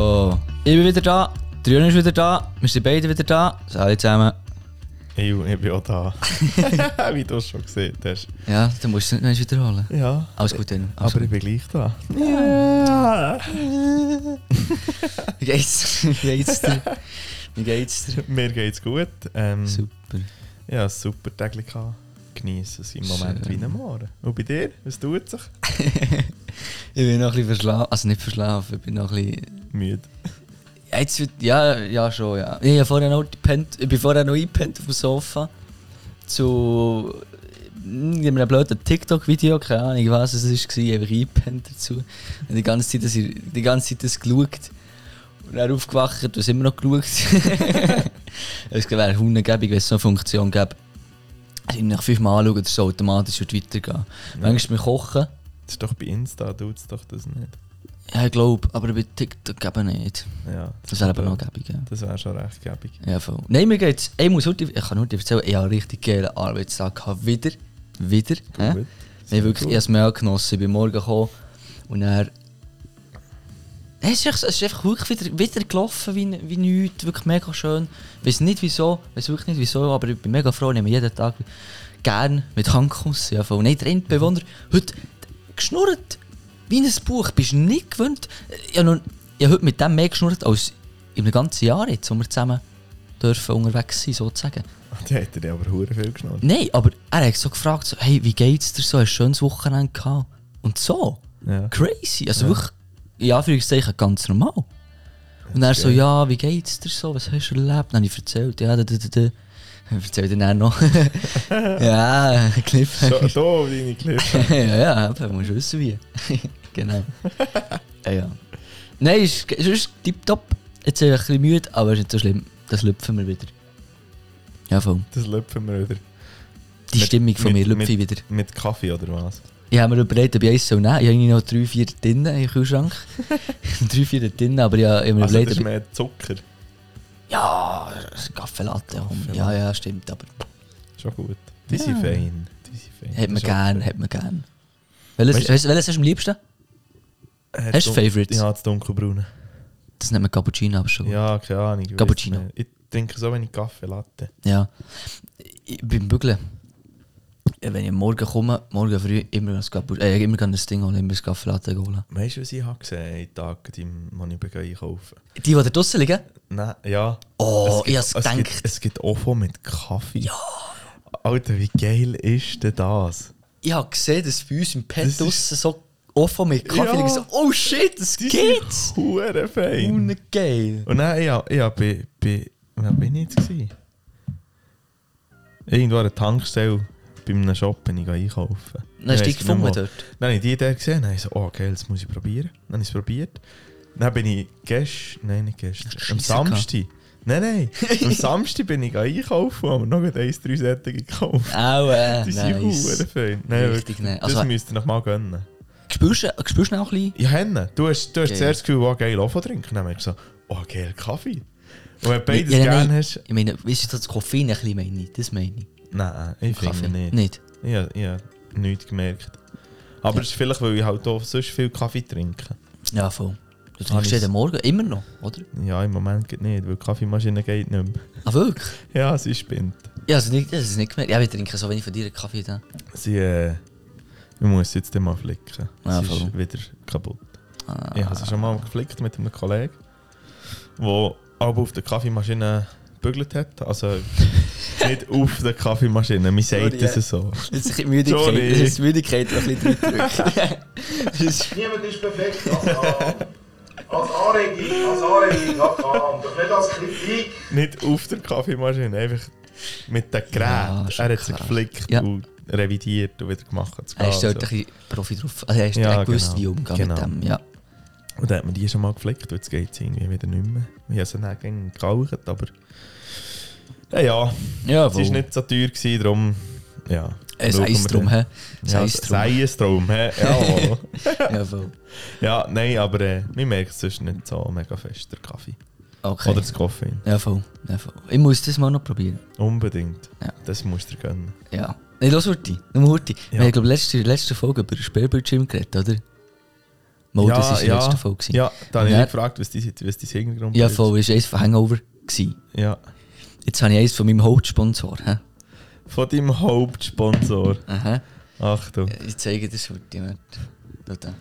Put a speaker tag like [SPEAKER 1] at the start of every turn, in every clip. [SPEAKER 1] Ich bin wieder da, Drüne ist wieder da, wir sind beide wieder da. Salut zusammen.
[SPEAKER 2] Ew, ich bin auch da. Wie du es schon gesehen hast.
[SPEAKER 1] Ja, du musst es nicht mehr wiederholen.
[SPEAKER 2] Ja.
[SPEAKER 1] Alles gut, Dino. Alles
[SPEAKER 2] Aber
[SPEAKER 1] gut.
[SPEAKER 2] ich bin gleich da. Ja.
[SPEAKER 1] Wie geht's dir? Wie geht's dir? Wie geht's dir?
[SPEAKER 2] Mir geht's gut. Ähm,
[SPEAKER 1] Super.
[SPEAKER 2] ja, einen super Tag gehabt. Genieße es im Moment
[SPEAKER 1] Schön.
[SPEAKER 2] wie ein Morgen. Und bei dir? Was tut sich?
[SPEAKER 1] Ich bin noch ein bisschen verschlafen, also nicht verschlafen, ich bin noch ein bisschen...
[SPEAKER 2] Müde.
[SPEAKER 1] Ja, Jetzt wird, ja, ja schon, ja. Ich, hab vorher noch gepennt, ich bin vorher noch eingepennt auf dem Sofa zu hm, einem blöden TikTok-Video, keine Ahnung was es war, einfach eingepennt dazu. Und die ganze Zeit, dass ich, die ganze Zeit das geschaut. Und dann aufgewacht, du hast immer noch geschaut. es wäre hundegebig, wenn es so eine Funktion gäbe. Also nach fünfmal anschauen, dass es automatisch wird weitergehen
[SPEAKER 2] Ja.
[SPEAKER 1] Manchmal beim Kochen,
[SPEAKER 2] Das ist doch bei Insta, tut es doch das nicht.
[SPEAKER 1] ja, ich glaube, aber bei TikTok eben nicht.
[SPEAKER 2] Ja.
[SPEAKER 1] Das wäre aber noch gäbig, ja.
[SPEAKER 2] Das wäre schon recht gäbig.
[SPEAKER 1] Ja, voll. Nein, mir geht's. Ich muss heute, ich kann nur dir erzählen, ich habe einen richtig geilen Arbeitstag gehabt. Wieder. Wieder. Äh?
[SPEAKER 2] Gut.
[SPEAKER 1] Nein, wirklich, ich habe es mehr genossen. Ich bin morgen gekommen und er. Es ist, echt- es ist einfach wirklich wieder, wieder gelaufen wie, wie nichts, wirklich mega schön. Ich weiß nicht wieso, weiß wirklich nicht wieso, aber ich bin mega froh, ich nehme jeden Tag gern mit Handkuss. Ja, voll. Nein, der Endbewohner, heute geschnurrt, wie ein Buch, bist du nicht gewöhnt. Ich habe, noch, ich habe heute mit dem mehr geschnurrt als im ganzen Jahr jetzt, wo wir zusammen dürfen unterwegs sein, sozusagen.
[SPEAKER 2] Die hat dir aber hure viel geschnurrt.
[SPEAKER 1] Nein, aber er hat so gefragt, so, hey, wie geht's dir so? Hast du ein schönes Wochenende gehabt? Und so.
[SPEAKER 2] Ja.
[SPEAKER 1] Crazy. Also
[SPEAKER 2] Ja.
[SPEAKER 1] wirklich, in Anführungszeichen, ganz normal. Und er so,
[SPEAKER 2] geil.
[SPEAKER 1] ja, wie geht's dir so? Was hast du erlebt? Dann habe ich erzählt, ja, da, da, da, da. Ich erzähle dir dann noch. ja,
[SPEAKER 2] So,
[SPEAKER 1] Cliffhanger.
[SPEAKER 2] da auf deine Clips.
[SPEAKER 1] ja, ja, eben, musst wissen wie. genau. ja, ja. Nein, es ist, es ist tipptopp. Jetzt bin ich ein bisschen müde, aber es ist nicht so schlimm. Das lüpfen wir wieder. Ja, voll.
[SPEAKER 2] Das löpfen wir wieder.
[SPEAKER 1] Die
[SPEAKER 2] Mit-
[SPEAKER 1] Stimmung von
[SPEAKER 2] mit-
[SPEAKER 1] mir lüpfe ich wieder.
[SPEAKER 2] Mit Kaffee oder was?
[SPEAKER 1] Ich habe mir überlegt, ob ich eins soll nehmen soll. Ich habe noch drei, vier Tinnen im Kühlschrank. drei, vier Tinnen, aber ich habe mir
[SPEAKER 2] Also, das
[SPEAKER 1] überlegt,
[SPEAKER 2] ist
[SPEAKER 1] ob ich...
[SPEAKER 2] mehr Zucker.
[SPEAKER 1] Ja, Kaffee Latte.
[SPEAKER 2] Kaffee
[SPEAKER 1] Ja,
[SPEAKER 2] Latte.
[SPEAKER 1] ja, stimmt. Aber
[SPEAKER 2] Schon gut. Die
[SPEAKER 1] Ja.
[SPEAKER 2] sind fein. Die sind fein.
[SPEAKER 1] hat man
[SPEAKER 2] Das ist
[SPEAKER 1] gern,
[SPEAKER 2] okay.
[SPEAKER 1] hat man gern. Welches,
[SPEAKER 2] Weißt-
[SPEAKER 1] weißt, welches hast du am liebsten?
[SPEAKER 2] Äh,
[SPEAKER 1] Hast du
[SPEAKER 2] dun-
[SPEAKER 1] Favorites?
[SPEAKER 2] Ja, das dunkelbraune.
[SPEAKER 1] Das nennt man Cappuccino, aber schon.
[SPEAKER 2] Ja, keine Ahnung. ich weiss
[SPEAKER 1] Cappuccino.
[SPEAKER 2] nicht. Ich trinke so wenig Kaffee Latte.
[SPEAKER 1] Ja. Ich- Beim Bügeln, ja, wenn ich morgen komme, morgen früh, immer ein Cappuccino, äh, immer gerne das Ding holen, immer ein Kaffee Latte holen.
[SPEAKER 2] Weißt du, was ich habe gesehen in Tag, wo ich bin einkaufen?
[SPEAKER 1] Die, die da draussen liegen?
[SPEAKER 2] Nein, ja.
[SPEAKER 1] Oh, ich hab's
[SPEAKER 2] es
[SPEAKER 1] gedacht.
[SPEAKER 2] Gibt, es gibt Ofo mit Kaffee. Ja. Alter, wie geil ist denn das?
[SPEAKER 1] Ich habe gesehen, dass bei uns im
[SPEAKER 2] Das
[SPEAKER 1] Pet
[SPEAKER 2] ist-
[SPEAKER 1] draussen so offen mit Kaffee
[SPEAKER 2] Ja.
[SPEAKER 1] liegen. So, oh shit, das geht's!
[SPEAKER 2] Hure fein.
[SPEAKER 1] Ungeil.
[SPEAKER 2] Und dann, ich hab, ich hab bei, bei, wo bin ich jetzt gewesen? Irgendwo an der Tankstelle bei einem Shop bin ich einkaufen.
[SPEAKER 1] Dann hast du
[SPEAKER 2] Ich
[SPEAKER 1] dich
[SPEAKER 2] weiss nicht
[SPEAKER 1] gefunden
[SPEAKER 2] mehr, wo.
[SPEAKER 1] dort.
[SPEAKER 2] Dann habe ich die da gesehen, dann habe ich so, oh geil, das muss ich probieren. Dann habe ich es probiert. Dann bin ich gestern, nein, nicht gestern,
[SPEAKER 1] Hast du
[SPEAKER 2] am
[SPEAKER 1] Scheisse
[SPEAKER 2] Samstag. Nein, nein, am Samstag bin ich einkaufen und habe mir noch eins, drei Sätze gekauft.
[SPEAKER 1] Au, äh,
[SPEAKER 2] Die sind
[SPEAKER 1] nice.
[SPEAKER 2] nice. fein. Nein,
[SPEAKER 1] Richtig
[SPEAKER 2] wirklich,
[SPEAKER 1] nice.
[SPEAKER 2] das
[SPEAKER 1] Also-
[SPEAKER 2] müsst ihr noch mal gönnen.
[SPEAKER 1] Spürst du spürst du noch ein bisschen?
[SPEAKER 2] Ja, Henne, du hast, du hast
[SPEAKER 1] Geil.
[SPEAKER 2] zuerst das Gefühl, oh geil, Ofo trinken. Dann merkst du so, oh geil, Kaffee. Und wenn du beides
[SPEAKER 1] Ja,
[SPEAKER 2] gerne
[SPEAKER 1] nein.
[SPEAKER 2] hast,
[SPEAKER 1] Ich meine, weißt du, das Koffein ein bisschen meine ich. Das meine ich.
[SPEAKER 2] nein, ich
[SPEAKER 1] Kaffee.
[SPEAKER 2] finde nicht.
[SPEAKER 1] Nicht.
[SPEAKER 2] Ich, hab- ich habe nichts gemerkt. Aber
[SPEAKER 1] Ja.
[SPEAKER 2] es ist vielleicht, weil ich halt auch sonst viel Kaffee trinke.
[SPEAKER 1] Ja, voll. Du
[SPEAKER 2] Ah,
[SPEAKER 1] trinkst
[SPEAKER 2] nice.
[SPEAKER 1] jeden Morgen immer noch, oder?
[SPEAKER 2] Ja, im Moment geht nicht, weil die Kaffeemaschine geht nicht mehr.
[SPEAKER 1] Ah, wirklich?
[SPEAKER 2] Ja, sie spinnt.
[SPEAKER 1] Ja, also nicht, das ist nicht gemerkt. Ja, wir trinken so wenig von dir einen Kaffee dann.
[SPEAKER 2] Sie, äh, ich muss sie jetzt dann mal flicken.
[SPEAKER 1] Ja,
[SPEAKER 2] sie
[SPEAKER 1] voll.
[SPEAKER 2] ist wieder kaputt.
[SPEAKER 1] Ah,
[SPEAKER 2] Ich habe sie schon mal geflickt mit einem Kollegen, der auch auf der Kaffeemaschine gebügelt hat. Also nicht auf der Kaffeemaschine, man
[SPEAKER 1] Sorry,
[SPEAKER 2] sagt
[SPEAKER 1] ja.
[SPEAKER 2] es so.
[SPEAKER 1] Das ist ein bisschen Müdigkeit.
[SPEAKER 2] Sorry.
[SPEAKER 1] Das ist die Müdigkeit, die ein bisschen reindrückt. Das ist-
[SPEAKER 3] Niemand ist perfekt als An- als Anregung, als Anregung, als Kahn. Doch nicht als Kritik.
[SPEAKER 2] Nicht auf der Kaffeemaschine, einfach mit dem Gerät.
[SPEAKER 1] Ja, schon
[SPEAKER 2] er hat sie
[SPEAKER 1] klar.
[SPEAKER 2] geflickt
[SPEAKER 1] Ja.
[SPEAKER 2] und revidiert und wieder gemacht. das
[SPEAKER 1] Er ist dort
[SPEAKER 2] Glas.
[SPEAKER 1] ein bisschen Profi drauf. Also, er ist
[SPEAKER 2] Oh, Ja,
[SPEAKER 1] ja, gewusst,
[SPEAKER 2] genau.
[SPEAKER 1] wie umgehen
[SPEAKER 2] Genau.
[SPEAKER 1] mit dem. Ja.
[SPEAKER 2] Und dann hat man die schon mal geflickt und jetzt geht es irgendwie wieder nicht mehr. Ich habe sie dann gegen gekauft, aber... Ja, ja,
[SPEAKER 1] Ja,
[SPEAKER 2] es war nicht so teuer, gewesen, darum... Ja,
[SPEAKER 1] Es
[SPEAKER 2] schauen wir
[SPEAKER 1] heißt drum,
[SPEAKER 2] dann.
[SPEAKER 1] hä? Es
[SPEAKER 2] Ja,
[SPEAKER 1] heißt drum.
[SPEAKER 2] sei es drum. hä? Jawohl.
[SPEAKER 1] Ja, voll.
[SPEAKER 2] Ja, nein, aber äh, man merkt es sonst nicht so mega fest, der Kaffee.
[SPEAKER 1] Okay.
[SPEAKER 2] Oder das Koffein.
[SPEAKER 1] Ja, voll. ja, voll. Ich muss das mal noch probieren.
[SPEAKER 2] Unbedingt.
[SPEAKER 1] Ja.
[SPEAKER 2] Das musst du dir gönnen.
[SPEAKER 1] Ja. Nein, los, Hurti. Nur Hurti.
[SPEAKER 2] Ja.
[SPEAKER 1] Wir haben, glaube ich, letzte, in der letzten Folge über den Sperrbildschirm geredet, oder? Mo,
[SPEAKER 2] Ja,
[SPEAKER 1] Oh, das war die
[SPEAKER 2] ja,
[SPEAKER 1] letzte Folge. gewesen.
[SPEAKER 2] Ja, da habe ich
[SPEAKER 1] Ja.
[SPEAKER 2] nicht gefragt, was dein was dein Hintergrund
[SPEAKER 1] ja
[SPEAKER 2] ist.
[SPEAKER 1] voll, es war eins von Hangover. Gewesen.
[SPEAKER 2] Ja.
[SPEAKER 1] Jetzt habe ich eins von meinem Hauptsponsor. hä?
[SPEAKER 2] Von deinem Hauptsponsor.
[SPEAKER 1] Aha.
[SPEAKER 2] Achtung.
[SPEAKER 1] Ich zeige dir das heute. warte. Da, da.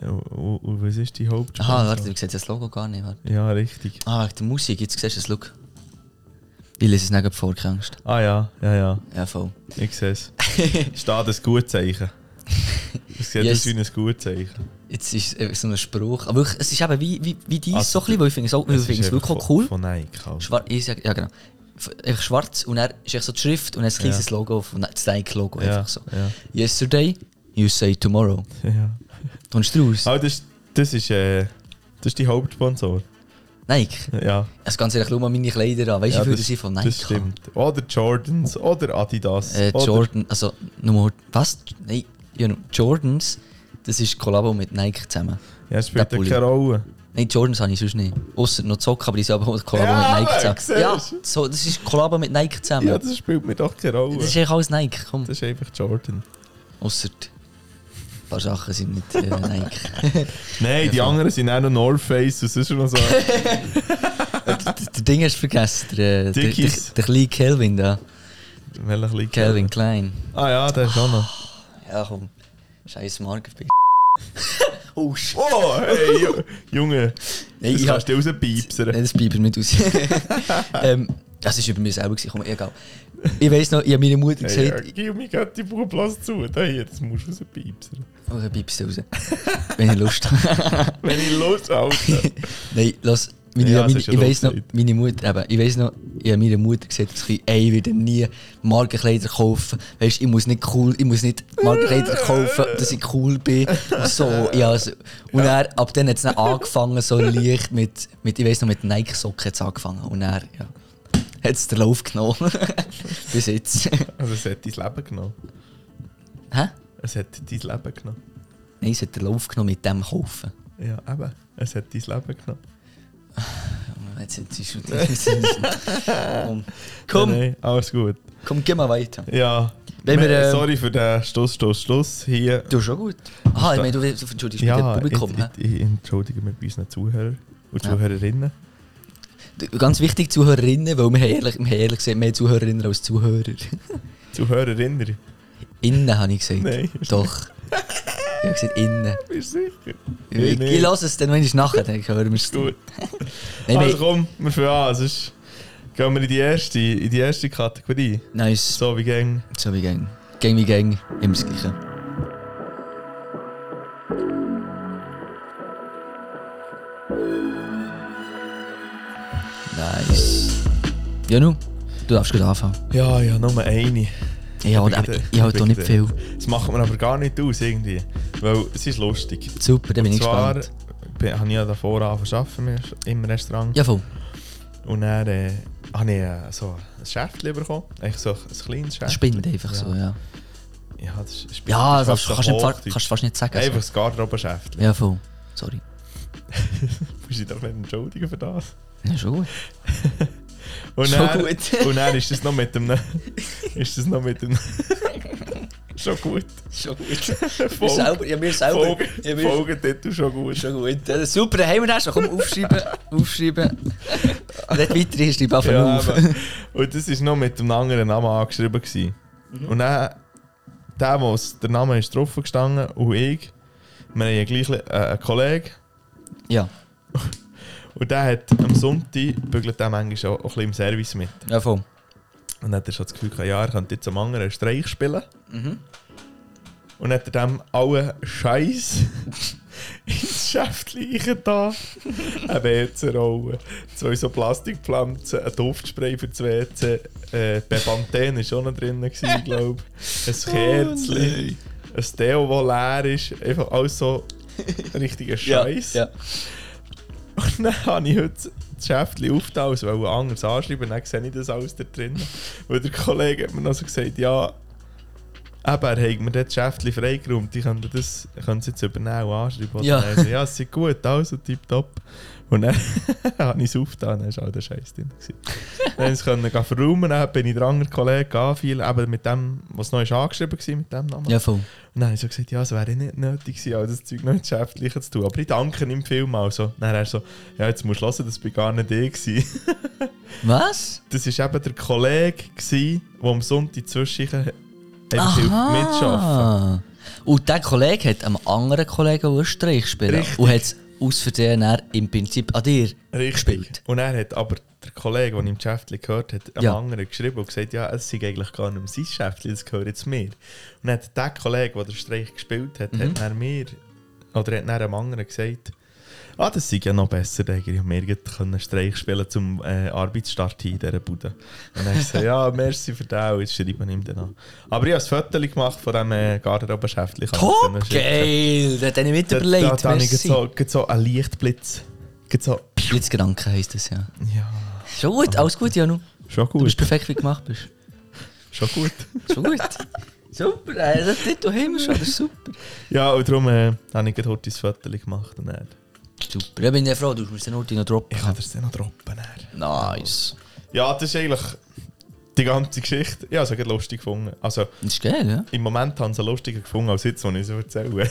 [SPEAKER 2] Ja, und, und was ist dein Hauptsponsor?
[SPEAKER 1] Aha, warte, du siehst das Logo gar nicht. Warte.
[SPEAKER 2] Ja, richtig.
[SPEAKER 1] Ah, wegen der Musik, jetzt siehst du es, look. Ich lese es nicht vor, keine Angst.
[SPEAKER 2] Ah ja, ja, ja.
[SPEAKER 1] Ja, voll.
[SPEAKER 2] Ich sehe es. Steht ein Gutzeichen. Es sieht
[SPEAKER 1] Yes.
[SPEAKER 2] aus wie ein Gutzeichen.
[SPEAKER 1] Jetzt ist äh, so ein Spruch. Aber ich, es ist eben wie, wie, wie dies so
[SPEAKER 2] Also,
[SPEAKER 1] ein bisschen, weil ich finde es, auch, weil ich
[SPEAKER 2] Es
[SPEAKER 1] finde es
[SPEAKER 2] ist
[SPEAKER 1] wirklich
[SPEAKER 2] einfach
[SPEAKER 1] auch
[SPEAKER 2] von-
[SPEAKER 1] cool.
[SPEAKER 2] Von Nike. halt.
[SPEAKER 1] Schwarz, ich sag, ja genau. F- Einfach schwarz und dann ist echt so die Schrift und dann ein kleines Logo, von- das Nike-Logo
[SPEAKER 2] Ja,
[SPEAKER 1] einfach so.
[SPEAKER 2] ja.
[SPEAKER 1] Yesterday, you say tomorrow.
[SPEAKER 2] ja.
[SPEAKER 1] Du kommst raus.
[SPEAKER 2] Ah, das, ist- das ist, äh, das ist dein Hauptsponsor.
[SPEAKER 1] Nike.
[SPEAKER 2] Ja,
[SPEAKER 1] Also ganz ehrlich, schau mal meine Kleider an. Weißt du,
[SPEAKER 2] ja
[SPEAKER 1] wie viele sie von Nike
[SPEAKER 2] das stimmt. Oder Jordans, oder Adidas.
[SPEAKER 1] haben? Äh,
[SPEAKER 2] oder
[SPEAKER 1] Jordan, also nur was? Nein, ja, nur- Jordans, das ist die Kollabo mit Nike zusammen.
[SPEAKER 2] Ja,
[SPEAKER 1] Der
[SPEAKER 2] spielt ja
[SPEAKER 1] Pulli.
[SPEAKER 2] keine Rolle.
[SPEAKER 1] Nein, Jordans habe ich sonst nicht. Außer noch Zocken, aber die sind aber auch die Kollabo
[SPEAKER 2] Ja,
[SPEAKER 1] mit
[SPEAKER 2] aber,
[SPEAKER 1] Nike zusammen. Ja,
[SPEAKER 2] siehst
[SPEAKER 1] so, das ist die Kollabo mit Nike zusammen.
[SPEAKER 2] Ja, das spielt mir doch keine Rolle.
[SPEAKER 1] das ist eigentlich alles Nike, komm.
[SPEAKER 2] Das ist einfach Jordan.
[SPEAKER 1] Außer ein paar Sachen sind nicht äh, Nike.
[SPEAKER 2] Nein, die
[SPEAKER 1] voll.
[SPEAKER 2] anderen sind auch noch North Face und sonst noch so.
[SPEAKER 1] Der Ding hast du vergessen, der, äh, der, der,
[SPEAKER 2] Dickies.
[SPEAKER 1] der kleine Kelvin da.
[SPEAKER 2] Welcher liegt
[SPEAKER 1] Kelvin Klein.
[SPEAKER 2] Ah ja, der ist auch noch.
[SPEAKER 1] Ja komm, scheiß Markenbild. oh shit.
[SPEAKER 2] Oh, hey, Ju- Junge.
[SPEAKER 1] Nein,
[SPEAKER 2] das
[SPEAKER 1] ich
[SPEAKER 2] kannst
[SPEAKER 1] hab, Äh,
[SPEAKER 2] du
[SPEAKER 1] nein,
[SPEAKER 2] rauspiepsen.
[SPEAKER 1] das bleibt mit aus. ähm, das war über mich selber, gewesen, komm, egal. Ich weiss noch, ich habe meine Mutter
[SPEAKER 2] Hey, ja,
[SPEAKER 1] gesagt, ich
[SPEAKER 2] gib mir gerade die Buchblase zu. Da hier, das musst du rauspiepsen.
[SPEAKER 1] oh, ich piep's raus, wenn ich Lust habe.
[SPEAKER 2] Wenn ich Lust halte.
[SPEAKER 1] nein, lass, meine,
[SPEAKER 2] Ja,
[SPEAKER 1] ja,
[SPEAKER 2] das
[SPEAKER 1] meine,
[SPEAKER 2] ist ja
[SPEAKER 1] ich weiss noch,
[SPEAKER 2] Lust.
[SPEAKER 1] meine Mutter, eben, ich weiss noch, ich habe meiner Mutter gesagt, dass ich, ey, ich werde nie Markenkleider kaufen. Weißt, ich muss nicht cool, ich muss nicht Markenkleider kaufen, dass ich cool bin. Und so, ja, so. Und er, ab dann hat es dann angefangen, so leicht mit, mit ich weiss noch, mit Nike-Socken hat's angefangen. Und er, ja, hat es den Lauf genommen. Bis jetzt.
[SPEAKER 2] Also, es hat dein Leben genommen.
[SPEAKER 1] Hä?
[SPEAKER 2] Es hat dein Leben genommen.
[SPEAKER 1] Nein, es hat den Lauf genommen mit dem Kaufen.
[SPEAKER 2] Ja, eben. Es hat dein Leben genommen.
[SPEAKER 1] Jetzt sind sie schon Komm, komm,
[SPEAKER 2] Nein, alles gut.
[SPEAKER 1] komm, geh mal weiter.
[SPEAKER 2] Ja.
[SPEAKER 1] Wenn wir,
[SPEAKER 2] Me-
[SPEAKER 1] ähm,
[SPEAKER 2] sorry für den Schluss, Schluss, Schluss. Hier.
[SPEAKER 1] Du schon gut. Aha, ich meine, du, du entschuldigst ja,
[SPEAKER 2] Ja,
[SPEAKER 1] mit dem
[SPEAKER 2] ich,
[SPEAKER 1] Publikum. hä?
[SPEAKER 2] ich, ich entschuldige mich bei unseren Zuhörern und
[SPEAKER 1] Ja.
[SPEAKER 2] Zuhörerinnen.
[SPEAKER 1] D- Ganz wichtig, Zuhörerinnen, weil wir haben ehrlich, wir haben ehrlich gesagt mehr Zuhörerinnen als Zuhörer.
[SPEAKER 2] Zuhörerinnen.
[SPEAKER 1] Innen habe ich gesagt.
[SPEAKER 2] Nein.
[SPEAKER 1] Doch. Ich habe gesagt, innen.
[SPEAKER 2] Bist du sicher?
[SPEAKER 1] Ich, ich,
[SPEAKER 2] nee.
[SPEAKER 1] ich lasse es dann, wenn ich nachher dann hören wir es.
[SPEAKER 2] Gut.
[SPEAKER 1] Nein,
[SPEAKER 2] also
[SPEAKER 1] also,
[SPEAKER 2] komm, wir fangen an. Sonst gehen wir in die erste, in die erste Kategorie.
[SPEAKER 1] nice. So.
[SPEAKER 2] So wie gegen.
[SPEAKER 1] wie gang. Gang wie gang. Immer das Gleiche. Nice. Ja, nun, du darfst gut anfangen.
[SPEAKER 2] Ja, ja, nur eine.
[SPEAKER 1] Ja, und
[SPEAKER 2] Wegen
[SPEAKER 1] eben,
[SPEAKER 2] Oh, der-
[SPEAKER 1] ich habe
[SPEAKER 2] wegen
[SPEAKER 1] doch nicht
[SPEAKER 2] der-
[SPEAKER 1] viel.
[SPEAKER 2] Das macht mir aber gar nicht aus irgendwie. Weil es ist lustig.
[SPEAKER 1] Super, dann bin ich
[SPEAKER 2] Zwar
[SPEAKER 1] gespannt.
[SPEAKER 2] bin- habe ich ja davor angefangen zu arbeiten im Restaurant.
[SPEAKER 1] Ja, voll.
[SPEAKER 2] Und dann äh, habe ich äh, so ein Schäftchen bekommen. Eigentlich so ein kleines Schäftchen.
[SPEAKER 1] Das spinnt einfach so, ja.
[SPEAKER 2] Ja, das ist Spind.
[SPEAKER 1] Ja,
[SPEAKER 2] ist
[SPEAKER 1] das darfst,
[SPEAKER 2] halt
[SPEAKER 1] kannst,
[SPEAKER 2] so
[SPEAKER 1] du fa-
[SPEAKER 2] Hochdeutsch.
[SPEAKER 1] kannst du fast nicht sagen.
[SPEAKER 2] Einfach
[SPEAKER 1] Also.
[SPEAKER 2] das Garderobenschäftchen.
[SPEAKER 1] Ja, voll. Sorry.
[SPEAKER 2] Muss ich doch nicht entschuldigen für das.
[SPEAKER 1] Ja, schon gut.
[SPEAKER 2] Und
[SPEAKER 1] Schon
[SPEAKER 2] dann,
[SPEAKER 1] gut.
[SPEAKER 2] und dann ist das noch mit dem. Ist das noch mit dem. schon gut.
[SPEAKER 1] Schon gut. Mir
[SPEAKER 2] Folge,
[SPEAKER 1] selber, ja, mir selber.
[SPEAKER 2] Folge,
[SPEAKER 1] ja, mir
[SPEAKER 2] Folgetitel schon gut.
[SPEAKER 1] Schon gut. Ja, Eh, super, dann haben wir das schon. Komm, aufschreiben, aufschreiben. Nicht weiter ist, schreib einfach
[SPEAKER 2] Ja,
[SPEAKER 1] auf.
[SPEAKER 2] eben. und das war noch mit einem anderen Namen angeschrieben. gsi Und dann, der, wo's, der Name ist drauf gestanden, und ich, wir haben ja gleich äh, einen Kollegen,
[SPEAKER 1] Ja,
[SPEAKER 2] und der hat am Sonntag, bügelt der manchmal auch, auch ein bisschen im Service mit.
[SPEAKER 1] ja, voll.
[SPEAKER 2] Und dann hat er so das Gefühl gehabt, ja, er könnte jetzt am anderen einen Streich spielen.
[SPEAKER 1] Mhm.
[SPEAKER 2] Und hat er dem allen Scheiß ins Schäftchen da Eine WC-Rolle, zwei so Plastikpflanzen, ein Duftspray für das WC, äh, Bepanthen war schon noch drin, glaube ich.
[SPEAKER 1] Oh
[SPEAKER 2] Ein Kerzchen, ein Deo, das leer ist. Einfach alles so richtiger Scheiß.
[SPEAKER 1] Ja, ja.
[SPEAKER 2] Und dann habe ich heute das Schäftchen aufgetan, also wollte anders anschreiben, dann sehe ich das alles da drin. Weil der Kollege hat mir noch so gesagt, ja, Eben, er hat mir das Schäftchen freigeräumt, die können das können sie jetzt übernehmen und anschreiben. oder
[SPEAKER 1] Ja.
[SPEAKER 2] so. ja, es ist gut, also tipptopp. Und dann habe ich es aufgetan, dann war all der Scheiß drin. gewesen. dann konnte ich es können gehen verräumen, dann bin ich den anderen Kollegen anfiel, eben mit dem, was noch ist angeschrieben war, mit dem Namen.
[SPEAKER 1] Ja, voll.
[SPEAKER 2] Und dann habe ich so gesagt, ja, es wäre eh nicht nötig gewesen, all das Zeug noch ins Schäftchen zu tun. Aber ich danke ihm vielmals. So. Dann er so, ja, jetzt musst du hören, das war gar nicht ich. gewesen.
[SPEAKER 1] Was?
[SPEAKER 2] Das war eben der Kollege, gewesen, der am Sonntag zwischen einfach hilft mitschaffen.
[SPEAKER 1] Aha. Und der Kollege hat einem anderen Kollegen einen Strich gespielt
[SPEAKER 2] Richtig.
[SPEAKER 1] und hat es aus Versehen dann im Prinzip an dir
[SPEAKER 2] Richtig.
[SPEAKER 1] gespielt.
[SPEAKER 2] Und er hat aber der Kollege, der im Geschäft gehört hat, einem
[SPEAKER 1] Ja.
[SPEAKER 2] anderen geschrieben und gesagt, ja, es sei eigentlich gar nicht mehr sein Geschäft, das gehört jetzt mir. Und dann hat der Kollege, der den Streich gespielt hat,
[SPEAKER 1] Mhm.
[SPEAKER 2] hat dann mir, oder hat dann einem anderen gesagt, ah, das sei ja noch besser, Digga, ich habe mir gerade können Streich spielen zum äh, Arbeitsstart hier in dieser Bude. Und dann gesagt, ja, merci für den, und jetzt schreibe ich ihm dann an. Aber ich habe ein Foto gemacht von diesem äh, Garderobenschäft. Ich kann es
[SPEAKER 1] Top!
[SPEAKER 2] dann schicken.
[SPEAKER 1] Geil! Das hätte ich mit
[SPEAKER 2] Da, da,
[SPEAKER 1] überlegt.
[SPEAKER 2] da habe ich
[SPEAKER 1] Merci.
[SPEAKER 2] gerade so, gerade so einen Lichtblitz. Gerade so,
[SPEAKER 1] Blitzgedanken heisst das, ja.
[SPEAKER 2] ja,
[SPEAKER 1] Schon gut, alles gut, Janu.
[SPEAKER 2] schon
[SPEAKER 1] Du bist
[SPEAKER 2] gut.
[SPEAKER 1] perfekt, wie du gemacht bist.
[SPEAKER 2] Schon gut.
[SPEAKER 1] Schon gut. super, ey, das Tattoo haben wir schon, das ist super.
[SPEAKER 2] Ja, und darum äh, habe ich gerade heute ein Foto gemacht. Und dann,
[SPEAKER 1] Super, ich bin ja froh, du musst den Ort noch droppen.
[SPEAKER 2] ich kann das dann noch droppen. Dann.
[SPEAKER 1] Nice.
[SPEAKER 2] Ja, das ist eigentlich die ganze Geschichte. Ich habe es auch gerade lustig gefunden. Also
[SPEAKER 1] Das ist geil, ja?
[SPEAKER 2] im Moment haben sie lustiger gefunden als jetzt, als ich es erzähle.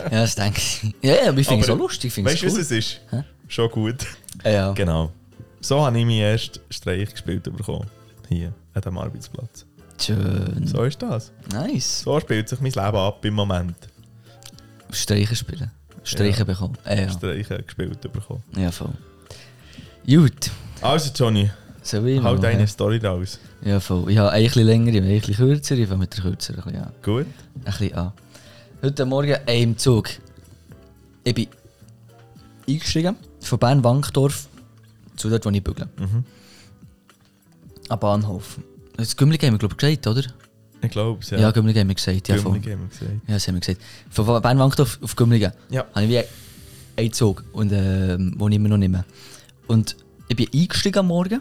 [SPEAKER 1] Ja, das denke ich. Ja, ja, aber ich finde es
[SPEAKER 2] Aber-
[SPEAKER 1] auch lustig, ich finde
[SPEAKER 2] Weißt
[SPEAKER 1] es
[SPEAKER 2] du, was
[SPEAKER 1] cool.
[SPEAKER 2] es ist?
[SPEAKER 1] Hä?
[SPEAKER 2] Schon gut.
[SPEAKER 1] Ja, ja.
[SPEAKER 2] Genau. So habe ich meinen ersten Streich gespielt bekommen. Hier, an diesem Arbeitsplatz.
[SPEAKER 1] Schön.
[SPEAKER 2] So ist das.
[SPEAKER 1] Nice.
[SPEAKER 2] So spielt sich mein Leben ab im Moment.
[SPEAKER 1] Streichen spielen. Streichen
[SPEAKER 2] Ja.
[SPEAKER 1] bekommen. Ja, ja.
[SPEAKER 2] Streiche gespielt bekommen.
[SPEAKER 1] ja, voll. Gut.
[SPEAKER 2] Also Johnny,
[SPEAKER 1] So wie immer.
[SPEAKER 2] halt deine
[SPEAKER 1] ja.
[SPEAKER 2] Story raus.
[SPEAKER 1] Ja, voll. Ich habe ein bisschen länger, ich habe ein bisschen kürzer, ich fange mit der kürzer ein bisschen an.
[SPEAKER 2] Gut?
[SPEAKER 1] ein bisschen an. ah. Heute Morgen ey, im Zug. Ich bin eingestiegen von Bern Wankdorf zu dort, wo ich bügle.
[SPEAKER 2] Mhm.
[SPEAKER 1] Am Bahnhof. Das Gümmelig haben wir, glaube ich, gesagt, oder?
[SPEAKER 2] Ich glaube es, ja.
[SPEAKER 1] Ja, Gümmelig haben wir gesagt. Ja, voll.
[SPEAKER 2] Dümmling haben wir gesagt.
[SPEAKER 1] ja, das haben wir gesagt. Von Bern Wankdorf auf Gümmelig.
[SPEAKER 2] Ja.
[SPEAKER 1] Habe ich wie einen Zug, und, ähm, den ich immer noch nehme. Und ich bin eingestiegen am Morgen.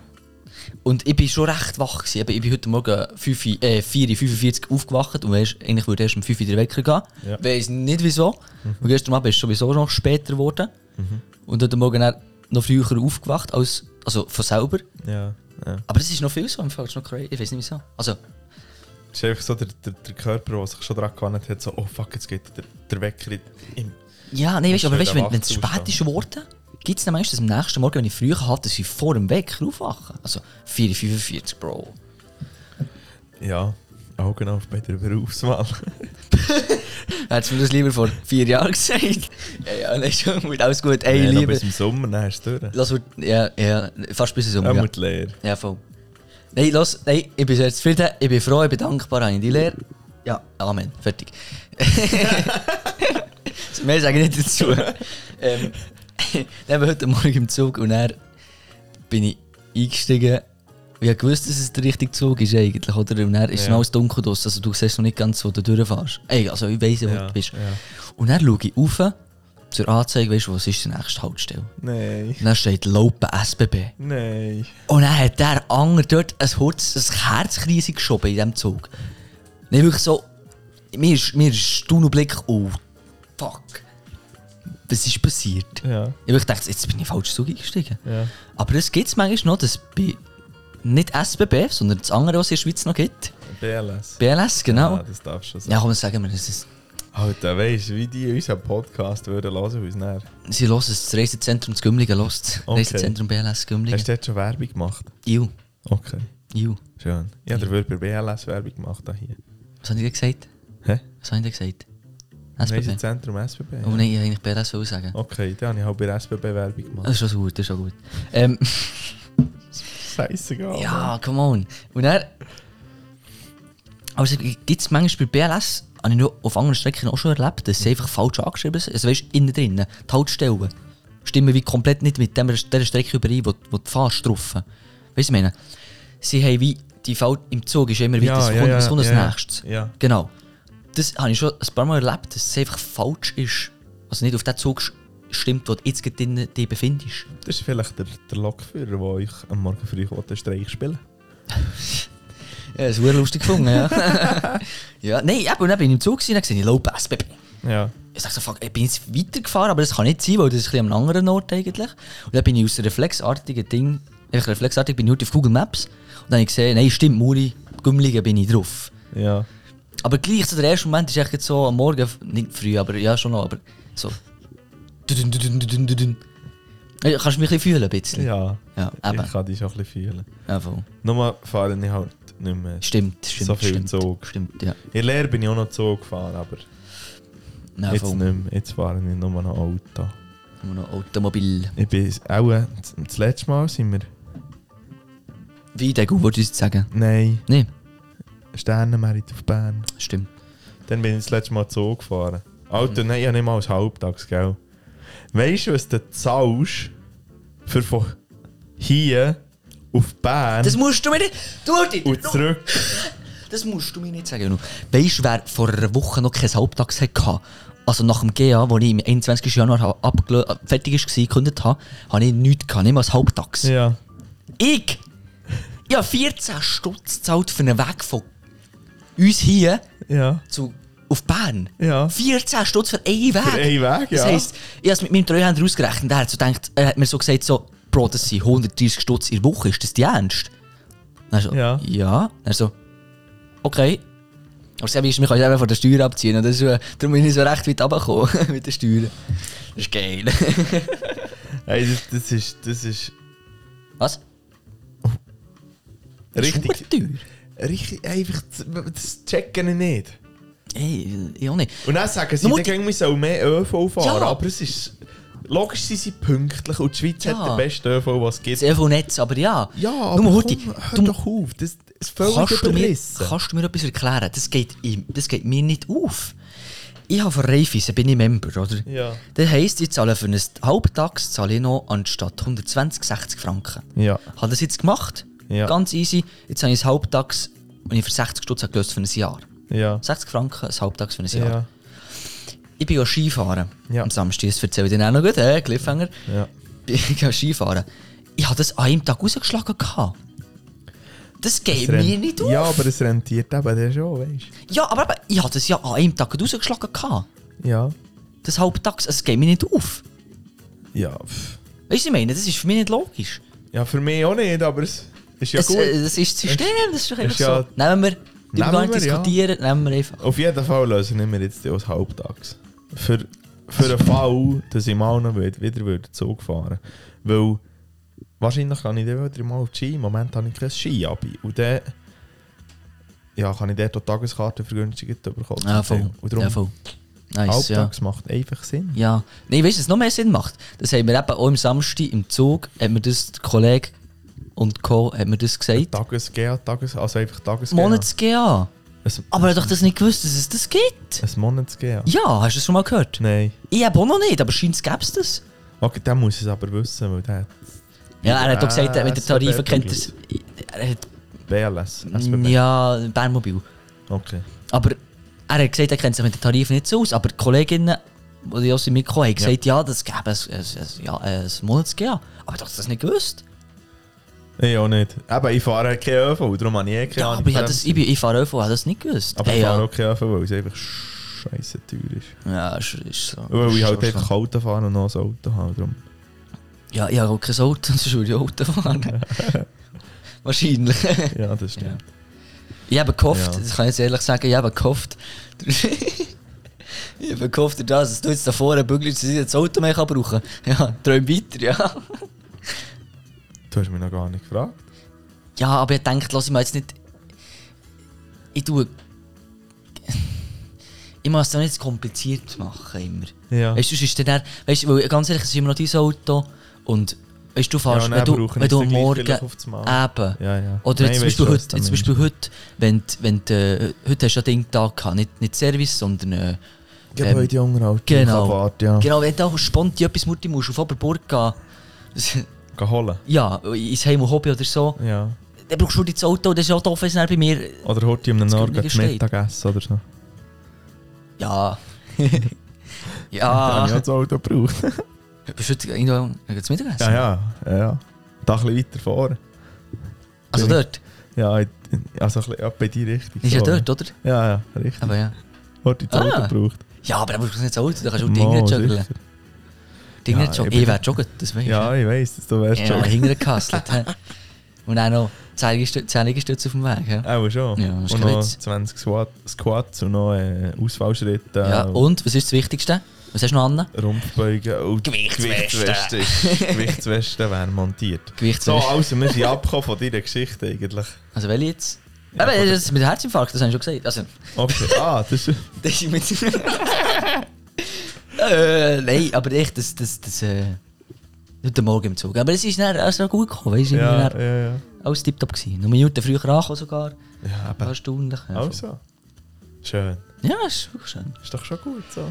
[SPEAKER 1] Und ich bin schon recht wach. Gewesen. Ich bin- Ich bin heute Morgen 5, Uhr- äh, 4.45 Uhr aufgewacht und weisst, eigentlich würde erst um 5 Uhr der Wecker gehen.
[SPEAKER 2] Ja.
[SPEAKER 1] Weiß nicht wieso. Und gestern Abend ist es sowieso noch später geworden.
[SPEAKER 2] Mhm.
[SPEAKER 1] Und heute Morgen dann noch früher aufgewacht, als, also von selber.
[SPEAKER 2] Ja, ja.
[SPEAKER 1] Aber es ist noch viel so im Fall. es ist noch crazy. Ich weiß nicht wieso. Also,
[SPEAKER 2] Es ist einfach so der, der, der Körper, der sich schon daran gewöhnt hat, so, oh fuck, jetzt geht der, der Wecker in- im...
[SPEAKER 1] ja, nee, weißt,
[SPEAKER 2] Hast
[SPEAKER 1] aber
[SPEAKER 2] du
[SPEAKER 1] weißt,
[SPEAKER 2] wieder
[SPEAKER 1] wenn wenn es spät
[SPEAKER 2] Wachzustand?
[SPEAKER 1] ist geworden, gibt es dann meistens am nächsten Morgen, wenn ich früher hatte, dass ich vor dem Wecker aufwache. Also 4.45 Bro.
[SPEAKER 2] Ja, Augen auf bei der Berufswahl.
[SPEAKER 1] Hättest du mir das lieber vor vier Jahren gesagt? ja, ja, nein, schon gut, alles gut. Ey,
[SPEAKER 2] Nein, noch
[SPEAKER 1] lieber.
[SPEAKER 2] bis im Sommer, dann hast du es durch.
[SPEAKER 1] Lass wir, ja, ja, fast bis es um.
[SPEAKER 2] Ja,
[SPEAKER 1] Ja.
[SPEAKER 2] mit leer.
[SPEAKER 1] ja, voll. Nein, los, nein, ich bin sehr zufrieden, ich bin froh, ich bin dankbar, habe ich die Lehre. Ja, Amen, fertig. Mehr sage ich nicht dazu. ähm, dann bin ich heute Morgen im Zug und dann bin ich eingestiegen. Und Ich habe gewusst, dass es der richtige Zug ist eigentlich, oder? Und dann ist es
[SPEAKER 2] Ja.
[SPEAKER 1] noch alles dunkel draussen, also du siehst noch nicht ganz, wo du durchfährst. Ey, also ich weiss, wo
[SPEAKER 2] Ja,
[SPEAKER 1] du bist.
[SPEAKER 2] ja.
[SPEAKER 1] Und dann schaue ich rauf zur Anzeige, weißt du, was ist die nächste Haltestelle?
[SPEAKER 2] Nein.
[SPEAKER 1] Und dann steht Laupen SBB.
[SPEAKER 2] Nein.
[SPEAKER 1] Und dann hat der Anger dort ein, Hurz, ein Herzkrise geschoben in diesem Zug. Nicht wirklich so. Mir ist, mir ist Stundenblick, oh, fuck. Was ist passiert?
[SPEAKER 2] Ja,
[SPEAKER 1] Ich hab gedacht, jetzt bin ich falsch Zug eingestiegen.
[SPEAKER 2] ja.
[SPEAKER 1] Aber das gibt es manchmal noch, dass bei nicht SBB, sondern das andere, was es in der Schweiz noch gibt.
[SPEAKER 2] BLS.
[SPEAKER 1] BLS, genau.
[SPEAKER 2] Ja, das darfst du schon
[SPEAKER 1] Ja,
[SPEAKER 2] sagen.
[SPEAKER 1] komm, sagen wir, das ist,
[SPEAKER 2] Alter, weißt du, wie die unseren Podcast würden hören uns näher.
[SPEAKER 1] sie hören es, das Reisezentrum zu Gümligen hört es.
[SPEAKER 2] Okay.
[SPEAKER 1] Reisezentrum BLS Gümligen.
[SPEAKER 2] Hast du jetzt schon Werbung gemacht?
[SPEAKER 1] Iu,
[SPEAKER 2] Okay,
[SPEAKER 1] Iu.
[SPEAKER 2] schön. Ja, der würde bei BLS Werbung gemacht da hier.
[SPEAKER 1] Was habe ich dir gesagt?
[SPEAKER 2] Hä?
[SPEAKER 1] Was habe ich dir gesagt?
[SPEAKER 2] Reisezentrum
[SPEAKER 1] SBB.
[SPEAKER 2] Zentrum SBB.
[SPEAKER 1] Oh nein, ich wollte eigentlich BLS will sagen.
[SPEAKER 2] Okay, dann habe ich halt bei der SBB Werbung gemacht.
[SPEAKER 1] Das ist schon so gut, das ist schon gut. Ähm,
[SPEAKER 2] Scheißegal.
[SPEAKER 1] ja, come on. Und dann... Also gibt es manchmal bei BLS, habe ich nur auf anderen Strecken auch schon erlebt, dass sie einfach falsch angeschrieben sind. Also weißt du, innen drin, die Haltestellen stimmen wie komplett nicht mit dem, dieser Strecke überein, wo, wo du fährst drauf. Weißt du, ich meine, sie haben wie... Die Falt im Zug ist immer wieder,
[SPEAKER 2] Ja,
[SPEAKER 1] es
[SPEAKER 2] ja,
[SPEAKER 1] kommt,
[SPEAKER 2] ja,
[SPEAKER 1] es kommt
[SPEAKER 2] ja, ja.
[SPEAKER 1] als nächstes.
[SPEAKER 2] Ja.
[SPEAKER 1] Genau. Das habe ich schon ein paar Mal erlebt, dass es einfach falsch ist. Also nicht auf den Zug sch- stimmt, wo du jetzt gerade drin dich befindest.
[SPEAKER 2] Das ist vielleicht der, der Lokführer, der euch am Morgen früh will, den Streich spielen
[SPEAKER 1] es ist lustig gefunden, ja. ja, nein, eben, und dann bin ich im Zug gewesen, dann sehe ich «Low Pass, Baby».
[SPEAKER 2] Ja.
[SPEAKER 1] Ich sag so, fuck, ich bin jetzt weitergefahren, aber das kann nicht sein, weil das ist ein bisschen am anderen Ort eigentlich. Und dann bin ich aus reflexartigen Ding, einfach reflexartig bin ich heute auf Google Maps und dann habe ich gesehen, nein, stimmt, Muri, Gümmligen bin ich drauf.
[SPEAKER 2] Ja.
[SPEAKER 1] Aber gleich so der erste Moment ist echt so am Morgen, nicht früh, aber ja schon noch, aber so. Dudun, dudun, dudun, dudun. Äh, Kannst du mich ein bisschen fühlen, ein bisschen?
[SPEAKER 2] Ja.
[SPEAKER 1] Ja,
[SPEAKER 2] Ich
[SPEAKER 1] eben.
[SPEAKER 2] kann dich schon ein bisschen fühlen.
[SPEAKER 1] Ja, voll.
[SPEAKER 2] Nochmal fahren ich halt nicht mehr.
[SPEAKER 1] Stimmt, stimmt,
[SPEAKER 2] So viel
[SPEAKER 1] stimmt.
[SPEAKER 2] Zug.
[SPEAKER 1] Stimmt, ja.
[SPEAKER 2] In Leer bin ich auch noch Zug gefahren, aber
[SPEAKER 1] Nein,
[SPEAKER 2] jetzt
[SPEAKER 1] voll.
[SPEAKER 2] nicht mehr. Jetzt fahre ich nur noch Auto.
[SPEAKER 1] Nur noch Automobil.
[SPEAKER 2] Ich bin auch... äh, z- Das letzte Mal sind wir...
[SPEAKER 1] Wie der Google wolltest du sagen?
[SPEAKER 2] Nein,
[SPEAKER 1] Nein,
[SPEAKER 2] Sternenmerit auf Bern.
[SPEAKER 1] stimmt.
[SPEAKER 2] Dann bin ich das letzte Mal Zug gefahren. Alter, nein, ich habe nicht mal als Halbtags, gell? Weißt du, was du zahlst für von hier auf Bern
[SPEAKER 1] Das musst du mir nicht. Du, Arti,
[SPEAKER 2] und zurück?
[SPEAKER 1] das musst du mir nicht sagen. Janu. Weißt du, wer vor einer Woche noch kein Halbtags hatte? Also nach dem GA, wo ich im 21. Januar habe abgelö- äh, fertig war, gekündigt habe, habe ich nichts gehabt, nicht mal als Halbtags.
[SPEAKER 2] Ja.
[SPEAKER 1] Ich! Ich habe 14 Stutz gezahlt für einen Weg von uns hier
[SPEAKER 2] Ja.
[SPEAKER 1] zu, auf Bern.
[SPEAKER 2] Ja.
[SPEAKER 1] 14 Stutz für einen Weg!
[SPEAKER 2] Für einen Weg, ja.
[SPEAKER 1] Das heisst, ich habe es mit meinem Treuhänder ausgerechnet. Er hat, so gedacht, er hat mir so gesagt, so, Bro, das sind 130 Stutz in der Woche, ist das die Ernst? Dann er so,
[SPEAKER 2] Ja.
[SPEAKER 1] ja. ja. Dann er so, okay. Aber das Gebe ist, wir können es eben von der Steuer abziehen. Und das ist, äh, darum bin ich so recht weit runtergekommen mit der Steuer. Das ist geil.
[SPEAKER 2] Hey, das, das ist, das ist
[SPEAKER 1] Was? Das ist
[SPEAKER 2] richtig,
[SPEAKER 1] super teuer.
[SPEAKER 2] richtig, einfach, z- das checken ich nicht.
[SPEAKER 1] Ey, ich auch nicht.
[SPEAKER 2] Und dann sagen sie,
[SPEAKER 1] Nur
[SPEAKER 2] dann
[SPEAKER 1] die-
[SPEAKER 2] gehen wir soll mehr ÖV fahren,
[SPEAKER 1] Ja.
[SPEAKER 2] aber es ist, logisch sie sind pünktlich und die Schweiz
[SPEAKER 1] Ja.
[SPEAKER 2] hat den besten ÖV, was es gibt.
[SPEAKER 1] Sehr viel Netz, aber ja.
[SPEAKER 2] Ja, aber
[SPEAKER 1] Nur,
[SPEAKER 2] komm,
[SPEAKER 1] Horti,
[SPEAKER 2] hör
[SPEAKER 1] du-
[SPEAKER 2] doch auf, das das ist völlig
[SPEAKER 1] kannst du, mir,
[SPEAKER 2] überrissen.
[SPEAKER 1] kannst du mir etwas erklären? Das geht, ihm, das geht mir nicht auf. Ich habe von Raiffeisen, bin ich Member, oder?
[SPEAKER 2] Ja.
[SPEAKER 1] Das heisst, ich zahle für einen Halbtags zahle ich noch anstatt 120, 60 Franken.
[SPEAKER 2] Ja.
[SPEAKER 1] Ich habe das jetzt gemacht,
[SPEAKER 2] Ja.
[SPEAKER 1] ganz easy. Jetzt habe ich ein Halbtags, und ich für 60 Stutz habe gelöst für ein Jahr.
[SPEAKER 2] Ja.
[SPEAKER 1] 60 Franken, ein Halbtags für ein Jahr.
[SPEAKER 2] Ja.
[SPEAKER 1] Ich bin ja Skifahren.
[SPEAKER 2] Ja.
[SPEAKER 1] Am Samstag, das erzähle ich dir auch noch gut, hä, Cliffhanger.
[SPEAKER 2] Ja.
[SPEAKER 1] Ich gehe Skifahren. Ich habe das an einem Tag rausgeschlagen. gehabt. Das geht
[SPEAKER 2] Es
[SPEAKER 1] mir
[SPEAKER 2] rent-
[SPEAKER 1] nicht auf.
[SPEAKER 2] Ja, aber es rentiert eben der schon, weißt
[SPEAKER 1] Ja, aber eben, ich habe das ja an einem Tag rausgeschlagen. gehabt.
[SPEAKER 2] du? Ja.
[SPEAKER 1] Das halbtags, es geht mir nicht auf.
[SPEAKER 2] Ja. pff.
[SPEAKER 1] Weißt du, ich meine, das ist für mich nicht logisch.
[SPEAKER 2] Ja, für mich auch nicht, aber es ist ja
[SPEAKER 1] das,
[SPEAKER 2] gut.
[SPEAKER 1] äh, das ist das System, das ist doch einfach
[SPEAKER 2] ist ja-
[SPEAKER 1] so. Nehmen wir, die wir
[SPEAKER 2] Nehmen
[SPEAKER 1] gar nicht
[SPEAKER 2] wir, ja.
[SPEAKER 1] diskutieren, nehmen wir einfach.
[SPEAKER 2] Auf jeden Fall lösen wir jetzt die aus halbtags. Für, für den Fall, dass ich mal noch wieder, wieder würde Zug fahren würde. Weil wahrscheinlich kann ich dann wieder mal auf die Ski. Im Moment habe ich kein Ski dabei. Und dann ja, kann ich dort auch Tageskarte vergünstigt bekommen.
[SPEAKER 1] Ja, voll.
[SPEAKER 2] Und darum,
[SPEAKER 1] Ja, voll. Nice, ja.
[SPEAKER 2] halbtags macht einfach Sinn.
[SPEAKER 1] Ja. Nein, weißt du, was noch mehr Sinn macht? Das haben wir eben auch am Samstag im Zug, hat mir das der Kollege und Co. hat mir das gesagt.
[SPEAKER 2] Tages-GA, Tages... Also einfach Tages-GA.
[SPEAKER 1] Monats-GA.
[SPEAKER 2] Ein,
[SPEAKER 1] Aber er hat doch das nicht gewusst, dass es das gibt.
[SPEAKER 2] ein Monats-GA?
[SPEAKER 1] Ja, hast du das schon mal gehört?
[SPEAKER 2] Nein.
[SPEAKER 1] Ich habe auch noch nicht, aber scheint es gäbe es das.
[SPEAKER 2] Okay, der muss es aber wissen, weil der hat
[SPEAKER 1] Ja, er hat auch gesagt,
[SPEAKER 2] Ah,
[SPEAKER 1] mit den Tarifen
[SPEAKER 2] SBB
[SPEAKER 1] kennt er es. Er hat,
[SPEAKER 2] BLS. SBB.
[SPEAKER 1] ja, Bernmobil.
[SPEAKER 2] Okay.
[SPEAKER 1] Aber er hat gesagt, er kennt sich mit den Tarifen nicht so aus. Aber die Kolleginnen, die die aus dem Mikro haben gesagt, ja, das gäbe es, es, es, ja, ein Monatsgea. Aber ich habe das nicht gewusst.
[SPEAKER 2] Ich auch nicht. Aber ich fahre kein ÖV, darum habe ich eh keine
[SPEAKER 1] Ja,
[SPEAKER 2] Ahnung
[SPEAKER 1] aber ich,
[SPEAKER 2] von
[SPEAKER 1] hab
[SPEAKER 2] dem.
[SPEAKER 1] das, ich, bin, ich fahre ÖV, habe das nicht gewusst.
[SPEAKER 2] Aber ich
[SPEAKER 1] Ey,
[SPEAKER 2] fahre
[SPEAKER 1] ja.
[SPEAKER 2] auch kein ÖV, weil es einfach scheiße teuer ist.
[SPEAKER 1] ja, ist, ist so.
[SPEAKER 2] Weil
[SPEAKER 1] ist
[SPEAKER 2] ich halt
[SPEAKER 1] so
[SPEAKER 2] einfach
[SPEAKER 1] schlimm.
[SPEAKER 2] Auto fahren und noch ein Auto habe. Darum.
[SPEAKER 1] Ja, ich habe auch kein Auto, sonst würde ich Auto fahren. Wahrscheinlich.
[SPEAKER 2] Ja, das stimmt.
[SPEAKER 1] Ich habe gehofft,
[SPEAKER 2] Ja.
[SPEAKER 1] das kann ich jetzt ehrlich sagen, ich habe gehofft. ich habe gehofft, durch das, dass du jetzt da vorne bügelst, dass ich das Auto mehr kann brauchen kann. Ja, träum weiter, ja.
[SPEAKER 2] Du hast mich noch gar nicht gefragt.
[SPEAKER 1] Ja, aber ich denke, lass ich mir jetzt nicht. Ich tue. Ich muss es doch nicht zu kompliziert machen immer.
[SPEAKER 2] Ja.
[SPEAKER 1] Weißt du, sonst ist dann, eher- weißt du, weil ganz ehrlich, es ist immer noch dein Auto und weißt du, du fährst,
[SPEAKER 2] und
[SPEAKER 1] wenn
[SPEAKER 2] dann
[SPEAKER 1] du,
[SPEAKER 2] brauchen
[SPEAKER 1] wenn du
[SPEAKER 2] wir
[SPEAKER 1] am
[SPEAKER 2] es dann gleich
[SPEAKER 1] Morgen
[SPEAKER 2] vielleicht auf das Mal.
[SPEAKER 1] eben.
[SPEAKER 2] Ja, ja.
[SPEAKER 1] Oder
[SPEAKER 2] Nein,
[SPEAKER 1] jetzt zum, Beispiel
[SPEAKER 2] ich weiss, was
[SPEAKER 1] heute,
[SPEAKER 2] du
[SPEAKER 1] jetzt zum
[SPEAKER 2] meinst.
[SPEAKER 1] Beispiel heute, wenn, du- wenn, du, äh, heute hast du ja den Tag gehabt, nicht, nicht Service, sondern äh,
[SPEAKER 2] Gebäude ähm, Unterhalt.
[SPEAKER 1] genau.
[SPEAKER 2] Fahrt, ja.
[SPEAKER 1] genau, wenn du auch spontan etwas Mutti musst, auf Oberburg gehen,
[SPEAKER 2] Geh holen.
[SPEAKER 1] ja, ins Heim und Hobby oder so,
[SPEAKER 2] Ja.
[SPEAKER 1] dann brauchst du das Auto, das ist auch doof, wenn es dann bei mir
[SPEAKER 2] Oder heute um einen Morgen
[SPEAKER 1] Gründige steht.
[SPEAKER 2] Mittagessen oder
[SPEAKER 1] Ah.
[SPEAKER 2] so.
[SPEAKER 1] Ja.
[SPEAKER 2] Da habe ich auch
[SPEAKER 1] ja.
[SPEAKER 2] das Auto gebraucht.
[SPEAKER 1] Bist du heute irgendwo zum Mittagessen?
[SPEAKER 2] ja, ja. ja, ja. Da ein bisschen weiter vorne.
[SPEAKER 1] Also
[SPEAKER 2] bin
[SPEAKER 1] dort?
[SPEAKER 2] Ja, also ein bisschen ab in die Richtung.
[SPEAKER 1] Ist ja
[SPEAKER 2] so,
[SPEAKER 1] dort, oder?
[SPEAKER 2] Ja, ja, richtig.
[SPEAKER 1] Aber ja.
[SPEAKER 2] Hat die Zeit
[SPEAKER 1] Ah.
[SPEAKER 2] gebraucht.
[SPEAKER 1] Ja, aber da musst du nicht so alt, da kannst du auch
[SPEAKER 2] Mal,
[SPEAKER 1] Dinge joggeln.
[SPEAKER 2] sicher.
[SPEAKER 1] Dinge
[SPEAKER 2] Ja,
[SPEAKER 1] ja, joggeln.
[SPEAKER 2] ich
[SPEAKER 1] Ich
[SPEAKER 2] bin-
[SPEAKER 1] wäre joggen, das weißt
[SPEAKER 2] Ja, ich weiss, dass du wärst
[SPEAKER 1] Ja,
[SPEAKER 2] schon.
[SPEAKER 1] hinterher gehustelt. hä? Und dann noch 10 Liegestü- 10 Liegestütze auf dem Weg. Ja,
[SPEAKER 2] Auch schon.
[SPEAKER 1] Ja, das
[SPEAKER 2] und
[SPEAKER 1] ist
[SPEAKER 2] noch
[SPEAKER 1] Klitz.
[SPEAKER 2] 20 Squat, Squats und noch äh, Ausfallschritte.
[SPEAKER 1] ja
[SPEAKER 2] äh,
[SPEAKER 1] und was ist das Wichtigste? Was hast du noch an?
[SPEAKER 2] Rumpfbeugen und
[SPEAKER 1] Gewichtsweste.
[SPEAKER 2] Gewichtsweste, Gewichtsweste wäre montiert. So,
[SPEAKER 1] Gewichtswäsche.
[SPEAKER 2] also wir sind abgekommen von deiner Geschichte eigentlich.
[SPEAKER 1] Also, welche jetzt?
[SPEAKER 2] Ja,
[SPEAKER 1] Eben,
[SPEAKER 2] von der-
[SPEAKER 1] das mit dem Herzinfarkt, das haben wir schon gesagt. Also,
[SPEAKER 2] Okay, ah, das ist...
[SPEAKER 1] das ist mit. äh, nein, aber echt, das. das, das äh, heute Morgen im Zug. Aber es ist dann auch so gut gekommen, weißt du?
[SPEAKER 2] Ja,
[SPEAKER 1] Ja.
[SPEAKER 2] ja, ja.
[SPEAKER 1] Alles tiptop gewesen. Noch Minuten früher angekommen sogar.
[SPEAKER 2] Ja, aber...
[SPEAKER 1] Erstaunlich. ja, voll.
[SPEAKER 2] Also. Schön.
[SPEAKER 1] Ja, ist wirklich schön.
[SPEAKER 2] Ist doch schon gut so.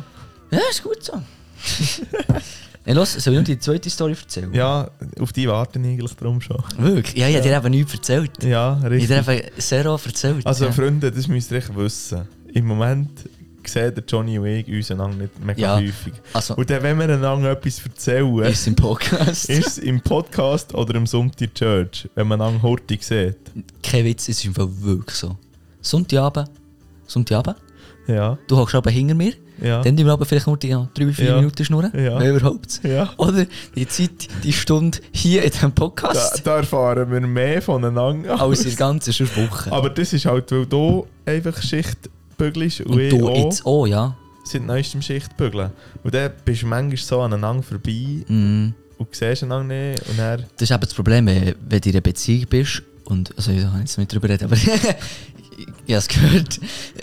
[SPEAKER 1] Ja, ist gut so. Hey, los, soll ich noch die zweite Story erzählen?
[SPEAKER 2] Ja, auf die warten eigentlich drum schon.
[SPEAKER 1] Wirklich? Ja, ich habe dir eben nichts erzählt.
[SPEAKER 2] Ja,
[SPEAKER 1] Ich
[SPEAKER 2] richtig.
[SPEAKER 1] habe dir eben zero erzählt.
[SPEAKER 2] Also
[SPEAKER 1] ja.
[SPEAKER 2] Freunde, das müsst ihr echt wissen. Im Moment sehen der Johnny und ich uns einander nicht mega
[SPEAKER 1] Ja.
[SPEAKER 2] häufig.
[SPEAKER 1] also
[SPEAKER 2] Und dann, wenn wir einander etwas erzählen,
[SPEAKER 1] ist im Podcast.
[SPEAKER 2] ist es im Podcast oder am Sonntag in der Church, wenn man einander hurtig sieht.
[SPEAKER 1] Kein Witz, es ist im Fall wirklich so. Sonntagabend, Sonntagabend,
[SPEAKER 2] Ja,
[SPEAKER 1] du hockst aber hinter mir,
[SPEAKER 2] ja,
[SPEAKER 1] dann tun wir aber vielleicht nur die ja, drei, vier
[SPEAKER 2] Ja.
[SPEAKER 1] Minuten schnurren,
[SPEAKER 2] Ja.
[SPEAKER 1] wenn überhaupt.
[SPEAKER 2] ja.
[SPEAKER 1] Oder die Zeit, die Stunde hier in diesem
[SPEAKER 2] Da,
[SPEAKER 1] Podcast,
[SPEAKER 2] da erfahren wir mehr voneinander.
[SPEAKER 1] als in der ganzen sonst Woche.
[SPEAKER 2] Aber das ist halt, weil du einfach Schicht bügelst und,
[SPEAKER 1] Und
[SPEAKER 2] ich
[SPEAKER 1] du
[SPEAKER 2] eh auch
[SPEAKER 1] jetzt auch, ja.
[SPEAKER 2] seit neuestem Schicht bügeln. Und dann bist du manchmal so aneinander vorbei
[SPEAKER 1] Mm.
[SPEAKER 2] und siehst einander nicht und dann...
[SPEAKER 1] Das ist eben das Problem, wenn, wenn du in einer Beziehung bist und, also ich kann jetzt nicht drüber reden, aber ich, ich habe es gehört,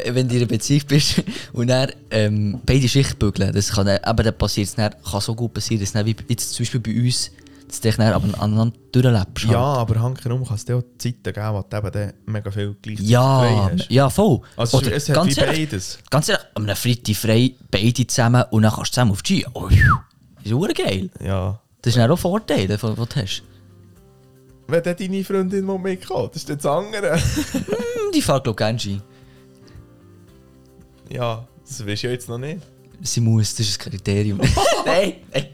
[SPEAKER 1] wenn du in einer Beziehung bist und dann ähm, beide Schichten bügeln, das kann dann, aber dann passiert es dann, kann so gut passieren, dass dann, wie jetzt zum Beispiel bei uns, dass du dich dann aber aneinander durchlebst.
[SPEAKER 2] Ja,
[SPEAKER 1] halt.
[SPEAKER 2] aber hankerum kann es dir auch Zeiten geben, wo du eben dann mega viel gleichzeitig
[SPEAKER 1] Ja,
[SPEAKER 2] frei hast.
[SPEAKER 1] ja, voll.
[SPEAKER 2] Also
[SPEAKER 1] Oder
[SPEAKER 2] es hat
[SPEAKER 1] ganz
[SPEAKER 2] wie
[SPEAKER 1] ehrlich,
[SPEAKER 2] beides.
[SPEAKER 1] ganz ehrlich, am Freitag frei, beide zusammen und dann kannst du zusammen auf die Ski. Oh, phew. ist super geil.
[SPEAKER 2] Ja.
[SPEAKER 1] Das ist dann auch ein Vorteil, den du hast.
[SPEAKER 2] Wenn dann deine Freundin mal mitkommt, das ist jetzt das andere.
[SPEAKER 1] Hm, Die fahrt, glaube ich, gerne Ski.
[SPEAKER 2] ja, das weißt du ja jetzt noch nicht.
[SPEAKER 1] Sie muss, das ist ein Kriterium. nein, nein,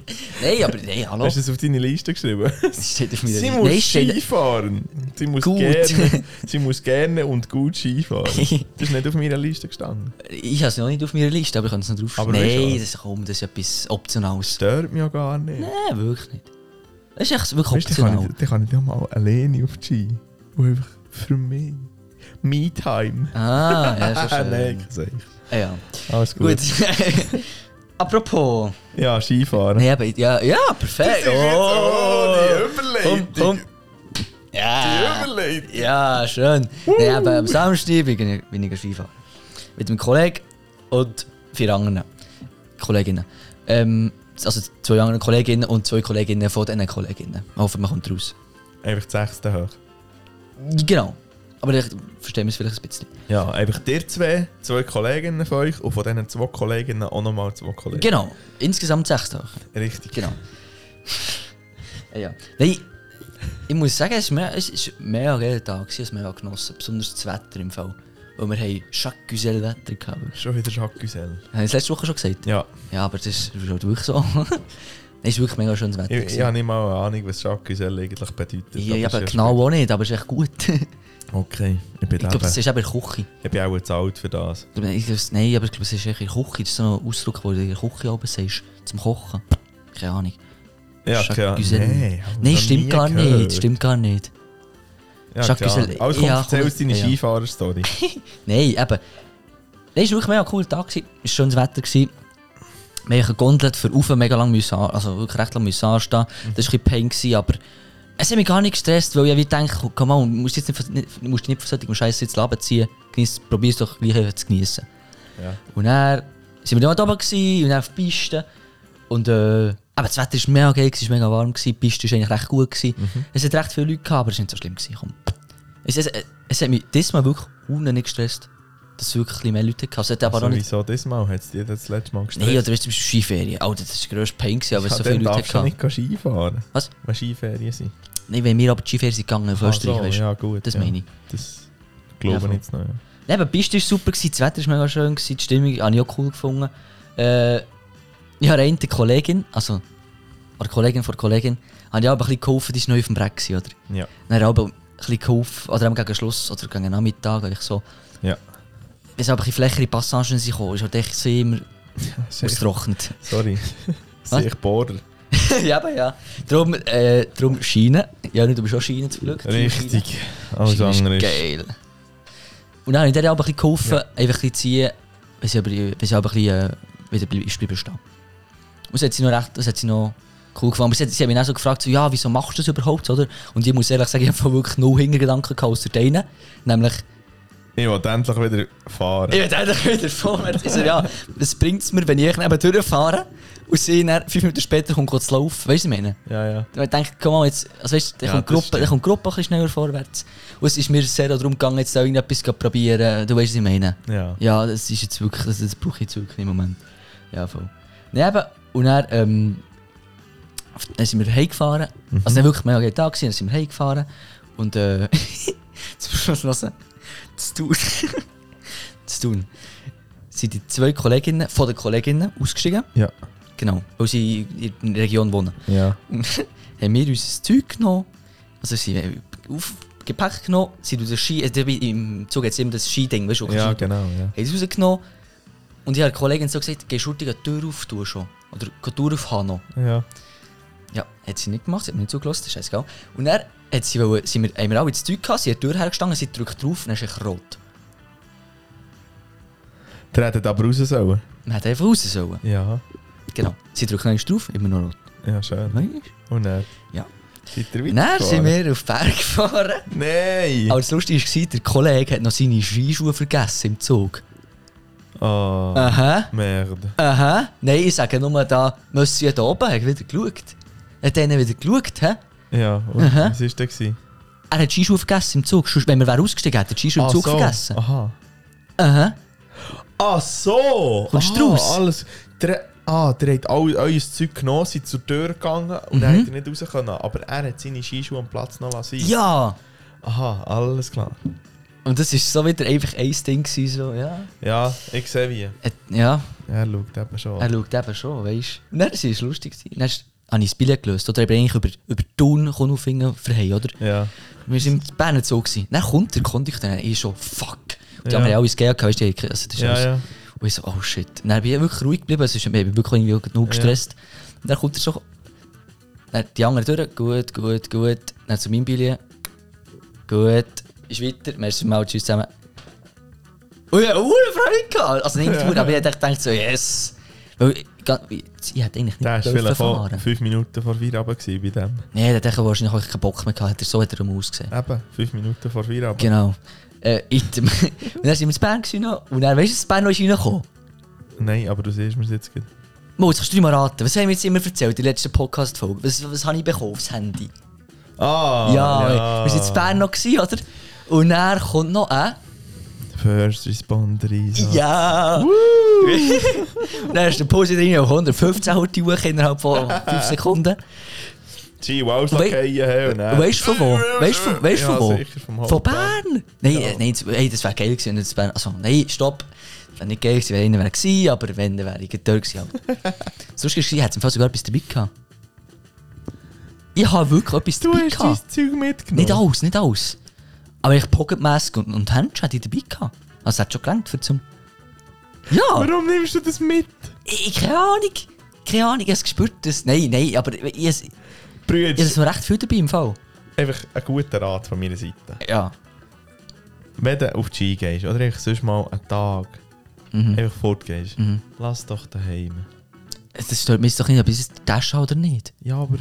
[SPEAKER 1] nein, aber nein, hallo.
[SPEAKER 2] Hast du das auf deine Liste geschrieben?
[SPEAKER 1] Das steht auf meiner
[SPEAKER 2] Sie
[SPEAKER 1] Liste.
[SPEAKER 2] muss
[SPEAKER 1] Nein,
[SPEAKER 2] Ski
[SPEAKER 1] steht-
[SPEAKER 2] fahren. Sie muss,
[SPEAKER 1] Gut.
[SPEAKER 2] gerne, sie muss gerne und gut Ski fahren. Das ist nicht auf meiner Liste gestanden.
[SPEAKER 1] Ich habe es noch nicht auf meiner Liste, aber ich kann es noch drauf
[SPEAKER 2] Aber weißt du
[SPEAKER 1] Nein,
[SPEAKER 2] was?
[SPEAKER 1] das ist, komm, das ist etwas Optionales.
[SPEAKER 2] Stört mich ja gar nicht.
[SPEAKER 1] Nein, wirklich nicht. Das ist echt wirklich
[SPEAKER 2] Weißt du, dann
[SPEAKER 1] optional.
[SPEAKER 2] kann ich- dann kann ich ja mal alleine auf die Ski. Und einfach für mich. Me Time.
[SPEAKER 1] Ah, ja, das ist
[SPEAKER 2] Ah, nein,
[SPEAKER 1] schön.
[SPEAKER 2] ich sehe ich.
[SPEAKER 1] Ah, ja.
[SPEAKER 2] Alles gut.
[SPEAKER 1] Gut. Apropos.
[SPEAKER 2] Ja, Skifahren.
[SPEAKER 1] Nein, aber, ja, ja, perfekt. Oh,
[SPEAKER 2] Überleitung.
[SPEAKER 1] komm, komm. Ja.
[SPEAKER 2] Überleitung.
[SPEAKER 1] Ja, schön. Nee, aber am Samstag bin ich, bin ich Skifahren. Mit einem Kollegen und vier anderen Kolleginnen. Ähm, also zwei andere Kolleginnen und zwei Kolleginnen von diesen Kolleginnen. Ich hoffe, man kommt raus.
[SPEAKER 2] Einfach die sechste hoch.
[SPEAKER 1] Genau. Aber ich verstehe es vielleicht ein bisschen.
[SPEAKER 2] Ja, einfach dir zwei, zwei Kolleginnen von euch und von diesen zwei Kolleginnen auch nochmal zwei Kollegen.
[SPEAKER 1] Genau. Insgesamt sechs Tage.
[SPEAKER 2] Richtig.
[SPEAKER 1] Genau. ja, ja. Nein, ich muss sagen, es war mehr, es ist mehr ein geiler Tag, gewesen, als wir haben genossen. Besonders das Wetter im Fall. Weil wir haben Jacques-Güzel-Wetter gehabt. Haben
[SPEAKER 2] Schon wieder Jacques-Güsel.
[SPEAKER 1] wir das letzte Woche schon gesagt?
[SPEAKER 2] Ja,
[SPEAKER 1] Ja, aber das ist halt wirklich so. Es ist wirklich mega schönes Wetter.
[SPEAKER 2] ich, ich habe nicht mal eine Ahnung, was Jacques-Güsel eigentlich bedeutet.
[SPEAKER 1] ja,
[SPEAKER 2] aber
[SPEAKER 1] aber
[SPEAKER 2] ist
[SPEAKER 1] genau auch nicht, aber es ist echt gut. ich
[SPEAKER 2] ja- Okay, ich bin,
[SPEAKER 1] glaube, es
[SPEAKER 2] eben,
[SPEAKER 1] ist eben in der Küche.
[SPEAKER 2] ich bin auch zu alt für das.
[SPEAKER 1] Ich glaube, es- nein, aber ich glaube, es ist echt in der Küche. Das ist so ein Ausdruck, den du in der Küche oben sagst, zum Kochen. Keine Ahnung.
[SPEAKER 2] Ja, klar.
[SPEAKER 1] Jacques-Güzel.
[SPEAKER 2] Nein, hab ich
[SPEAKER 1] Nein,
[SPEAKER 2] noch nie
[SPEAKER 1] stimmt gar
[SPEAKER 2] gehört.
[SPEAKER 1] nicht. Stimmt gar nicht.
[SPEAKER 2] Ja,
[SPEAKER 1] Jacques-Güsel,
[SPEAKER 2] klar. Alles kommt,
[SPEAKER 1] ja,
[SPEAKER 2] erzähl uns
[SPEAKER 1] komm.
[SPEAKER 2] deine
[SPEAKER 1] Ja, ja.
[SPEAKER 2] Skifahrer-Story.
[SPEAKER 1] Nein, eben. Nein, es war wirklich mega cooler Tag. gewesen. Es war schönes Wetter. gewesen. Wir haben gegondelt für Ufer mega lang müssen, an- also wirklich recht lang müssen anstehen. Das war ein bisschen pain, gewesen, aber es hat mich gar nicht gestresst, weil ich wie denke, komm mal, musst jetzt nicht, von- nicht, musst dich nicht von solchen Scheiß jetzt Leben ziehen. Genieß, probier es doch gleich einfach zu genießen.
[SPEAKER 2] Ja.
[SPEAKER 1] Und dann sind wir dann oben gewesen, und dann auf die Piste. Und äh, eben, das Wetter war mega geil, gewesen, es war mega warm, gewesen, die Piste war eigentlich recht gut. Gewesen.
[SPEAKER 2] Mhm.
[SPEAKER 1] Es hat recht viele Leute gehabt, aber es war nicht so schlimm. Gewesen, komm. Es, es, es hat mich diesmal wirklich unten nicht gestresst, dass es wirklich ein bisschen mehr Leute hatte. Es hat aber
[SPEAKER 2] Also,
[SPEAKER 1] auch nicht...
[SPEAKER 2] wieso diesmal? Hat es dir das letzte Mal gestresst?
[SPEAKER 1] Nein, oder weißt du, zum Beispiel Skiferien. Alter, das war der grösste Pain, gewesen, aber es so viele Leute
[SPEAKER 2] darfst du
[SPEAKER 1] hatte.
[SPEAKER 2] nicht Skifahren.
[SPEAKER 1] Was?
[SPEAKER 2] Wenn Skiferien sind.
[SPEAKER 1] Nein, wenn wir aber die Skiferien sind gegangen auf Österreich,
[SPEAKER 2] Ah, so,
[SPEAKER 1] weißt du.
[SPEAKER 2] Ja, gut.
[SPEAKER 1] Das
[SPEAKER 2] ja.
[SPEAKER 1] meine ich.
[SPEAKER 2] Das glaube
[SPEAKER 1] Ja,
[SPEAKER 2] ich
[SPEAKER 1] voll.
[SPEAKER 2] jetzt noch. Ja.
[SPEAKER 1] Nein, aber die Piste war super, gewesen, das Wetter war mega schön, gewesen, die Stimmung habe ich auch cool gefunden. Äh, ich habe eine Kollegin, also eine Kollegin von der Kollegin, habe ich auch ein bisschen geholfen, die war neu auf dem Brett, gewesen, oder?
[SPEAKER 2] Ja.
[SPEAKER 1] Dann habe ich auch ein bisschen geholfen. Oder eben gegen Schluss oder gegen Nachmittag, weil ich so.
[SPEAKER 2] Ja.
[SPEAKER 1] Bis aber ein bisschen flächere Passagen sind gekommen. Ist halt echt so immer
[SPEAKER 2] Sorry.
[SPEAKER 1] austrocknet.
[SPEAKER 2] Sorry. Sich Bohrer.
[SPEAKER 1] ja, aber ja. Darum, äh, darum Schiene. Ja, nicht, du bist auch Schiene zum Glück. Team Schiene.
[SPEAKER 2] Richtig. Alles
[SPEAKER 1] Schiene
[SPEAKER 2] andere ist.
[SPEAKER 1] geil. Und dann habe ich dir aber ein bisschen geholfen, einfach ein bisschen zu ziehen, weil sie aber, weil sie aber ein bisschen äh, wieder bleib- ist bleiben stehen. Und das hat sie noch recht, das hat sie noch cool gefunden. Aber sie, hat- sie hat mich auch so gefragt, so, ja, wieso machst du das überhaupt, oder? Und ich muss ehrlich sagen, ich habe wirklich null Hintergedanken gehabt, außer deinen. Nämlich,
[SPEAKER 2] Ich will endlich wieder fahren.
[SPEAKER 1] ich will endlich wieder vorwärts. Ich so, ja, was bringt es mir, wenn ich neben durchfahre und sie dann fünf Minuten später kommt kurz zu laufen? Weißt du, was ich meine?
[SPEAKER 2] Ja, ja.
[SPEAKER 1] Weil ich denke, komm mal, jetzt, also weißt, der,
[SPEAKER 2] Ja,
[SPEAKER 1] kommt
[SPEAKER 2] das
[SPEAKER 1] Gruppe, der
[SPEAKER 2] stimmt.
[SPEAKER 1] kommt Gruppe ein bisschen schneller vorwärts. Und es ist mir sehr darum gegangen, jetzt da irgendetwas zu probieren. Du weißt, was ich meine.
[SPEAKER 2] Ja.
[SPEAKER 1] Ja, das ist jetzt wirklich, das, das brauche ich jetzt wirklich im Moment. Ja, voll. Neben, und dann, ähm, dann sind wir heimgefahren. Also
[SPEAKER 2] Mhm.
[SPEAKER 1] nicht wirklich mehr am Tag gewesen, dann sind wir heimgefahren. Und, äh, jetzt musst du das lassen. Zu tun. Zu tun. Sind die zwei Kolleginnen, von den Kolleginnen ausgestiegen.
[SPEAKER 2] Ja.
[SPEAKER 1] Genau, weil sie in der Region wohnen
[SPEAKER 2] Ja.
[SPEAKER 1] haben wir unser Zeug genommen, also sie haben auf Gepäck genommen, sind aus der Ski, also dabei im Zug jetzt immer das Skiding, weißt du, wo du
[SPEAKER 2] Ja,
[SPEAKER 1] Ski-
[SPEAKER 2] genau. Ja.
[SPEAKER 1] haben sie rausgenommen und ich habe der Kollegin so gesagt, gehst du die Tür auf, du schon, oder geh die Tür auf, Hanno.
[SPEAKER 2] ja.
[SPEAKER 1] Ja, hat sie nicht gemacht, sie hat mir nicht zugelassen, ist scheißegal. Und dann hat sie wollen, sind wir, haben wir alle das Zeug gehabt, sie hat die Tür hergestanden, sie drückt drauf, dann ist ich rot.
[SPEAKER 2] Der hätte aber raus sollen.
[SPEAKER 1] Man hätte einfach raus sollen.
[SPEAKER 2] Ja.
[SPEAKER 1] Genau. Sie drückt noch einmal drauf, immer noch rot.
[SPEAKER 2] Ja, schön.
[SPEAKER 1] Weisst du?
[SPEAKER 2] Und dann?
[SPEAKER 1] Ja.
[SPEAKER 2] Seid ihr
[SPEAKER 1] Dann sind
[SPEAKER 2] weitergefahren?
[SPEAKER 1] wir auf die Berge gefahren.
[SPEAKER 2] Nein!
[SPEAKER 1] Aber das Lustige war, der Kollege hat noch seine Skischuhe vergessen im Zug.
[SPEAKER 2] Oh,
[SPEAKER 1] Aha,
[SPEAKER 2] Merde.
[SPEAKER 1] aha. Nein, ich sage nur, da müssen hier oben, hat wieder geschaut. Er hat denen wieder geschaut, hä?
[SPEAKER 2] Ja, und
[SPEAKER 1] Aha.
[SPEAKER 2] was war der? Gewesen?
[SPEAKER 1] Er hat die Skischuhe vergessen im Zug. Sonst, wenn wir wären ausgestiegen, hätte er die Skischuhe im
[SPEAKER 2] Ah,
[SPEAKER 1] Zug vergessen.
[SPEAKER 2] Aha.
[SPEAKER 1] Aha.
[SPEAKER 2] Ach so!
[SPEAKER 1] Kommst
[SPEAKER 2] ah,
[SPEAKER 1] du raus?
[SPEAKER 2] Alles. Der, ah, der hat all euer Zeug genommen, seid zur Tür gegangen und
[SPEAKER 1] Mhm.
[SPEAKER 2] er hat nicht raus können. Aber er hat seine Skischuhe am Platz noch lassen. sein.
[SPEAKER 1] Ja!
[SPEAKER 2] Aha, alles klar.
[SPEAKER 1] Und das war so wieder einfach ein Ding, gewesen, so, ja.
[SPEAKER 2] Ja, ich sehe wie.
[SPEAKER 1] Er, ja,
[SPEAKER 2] Er schaut eben schon.
[SPEAKER 1] er schaut eben schon, weißt du. Nein, das war lustig. gewesen. Dann ist- habe ich das Billett gelöst. Oder ich bin eigentlich über, über Thun, Konufingen, verhey, oder?
[SPEAKER 2] ja.
[SPEAKER 1] Wir waren im Berner Zoo. Gewesen. Dann kommt der Kondukteur, dann ich schon, fuck. Und die
[SPEAKER 2] Ja.
[SPEAKER 1] haben ja alles gegeben, weißt du, die- also das ist
[SPEAKER 2] Ja,
[SPEAKER 1] alles-
[SPEAKER 2] ja.
[SPEAKER 1] Und ich so, oh shit. Und dann bin ich wirklich ruhig geblieben, es ist, ich bin wirklich irgendwie genug gestresst. Und dann kommt er so, dann die anderen durch, gut, gut, gut. Dann zu meinem Billet, gut, ist weiter, merci mal, tschüss zusammen. Und ich hatte eine Freude gehabt. Also nicht ja. aber ich dachte gedacht so, yes. Weil ich, ich, ich hätte eigentlich
[SPEAKER 2] Der war
[SPEAKER 1] nicht dürfen
[SPEAKER 2] vielleicht auch
[SPEAKER 1] fahren.
[SPEAKER 2] fünf Minuten vor Feierabend gewesen bei dem.
[SPEAKER 1] Nein, der hat wahrscheinlich auch keinen Bock mehr gehabt, hat er so hat er ausgesehen.
[SPEAKER 2] Eben, fünf Minuten vor Feierabend.
[SPEAKER 1] Genau. Äh, item. und dann sind wir in Bern gewesen noch. Und dann, weißt du, das Bern noch ist reingekommen.
[SPEAKER 2] Nein, aber du siehst mir es jetzt gut.
[SPEAKER 1] Mo, jetzt kannst du dir mal raten. Was haben wir jetzt immer erzählt, die letzte Podcast-Folge? Was, was habe ich bekommen aufs Handy?
[SPEAKER 2] Ah!
[SPEAKER 1] ja, ja, wir sind in Bern noch gewesen, oder? Und dann kommt noch äh? ein.
[SPEAKER 2] First Responder Isa.
[SPEAKER 1] Ja! Und dann ist der Pause drin, 115 haut die Uhr innerhalb von 5 Sekunden.
[SPEAKER 2] Gee, wow,
[SPEAKER 1] Wei-
[SPEAKER 2] hey,
[SPEAKER 1] Und Weißt du von wo? Weißt du von, weißt du
[SPEAKER 2] Äh, ja,
[SPEAKER 1] von wo?
[SPEAKER 2] Sicher vom Hauptbahnhof.
[SPEAKER 1] von Bern? Nein, äh, nein, das- ey, das wäre geil gewesen, wenn das Bern. Also, nein, stopp. Wenn nicht geil gewesen, wäre einer gewesen, aber wenn, dann wäre ich dort gewesen. Halt. Sonst gewesen, hätte es im Fall sogar etwas dabei gehabt. Ich habe wirklich etwas
[SPEAKER 2] Du
[SPEAKER 1] dabei
[SPEAKER 2] hast
[SPEAKER 1] gehabt.
[SPEAKER 2] dein Zeug mitgenommen.
[SPEAKER 1] Nicht alles, nicht alles. Aber ich Pocket Mask und, und Handschuhe hatte ich dabei gehabt. Also, es hat schon gelangt für zum. Ja!
[SPEAKER 2] Warum nimmst du das mit?
[SPEAKER 1] Ich, ich- keine Ahnung. Keine Ahnung, ich habe es gespürt. Dass, nein, nein, aber ich, ich, ich,
[SPEAKER 2] Brüder,
[SPEAKER 1] ich habe recht viel dabei im Fall.
[SPEAKER 2] einfach ein guter Rat von meiner Seite.
[SPEAKER 1] Ja.
[SPEAKER 2] Wenn du auf die Ski gehst, oder ich sonst mal einen Tag
[SPEAKER 1] Mhm.
[SPEAKER 2] einfach fortgehst, lass doch daheim.
[SPEAKER 1] Das stört mich jetzt doch nicht, ob ich es in der Tasche habe oder nicht.
[SPEAKER 2] Ja, aber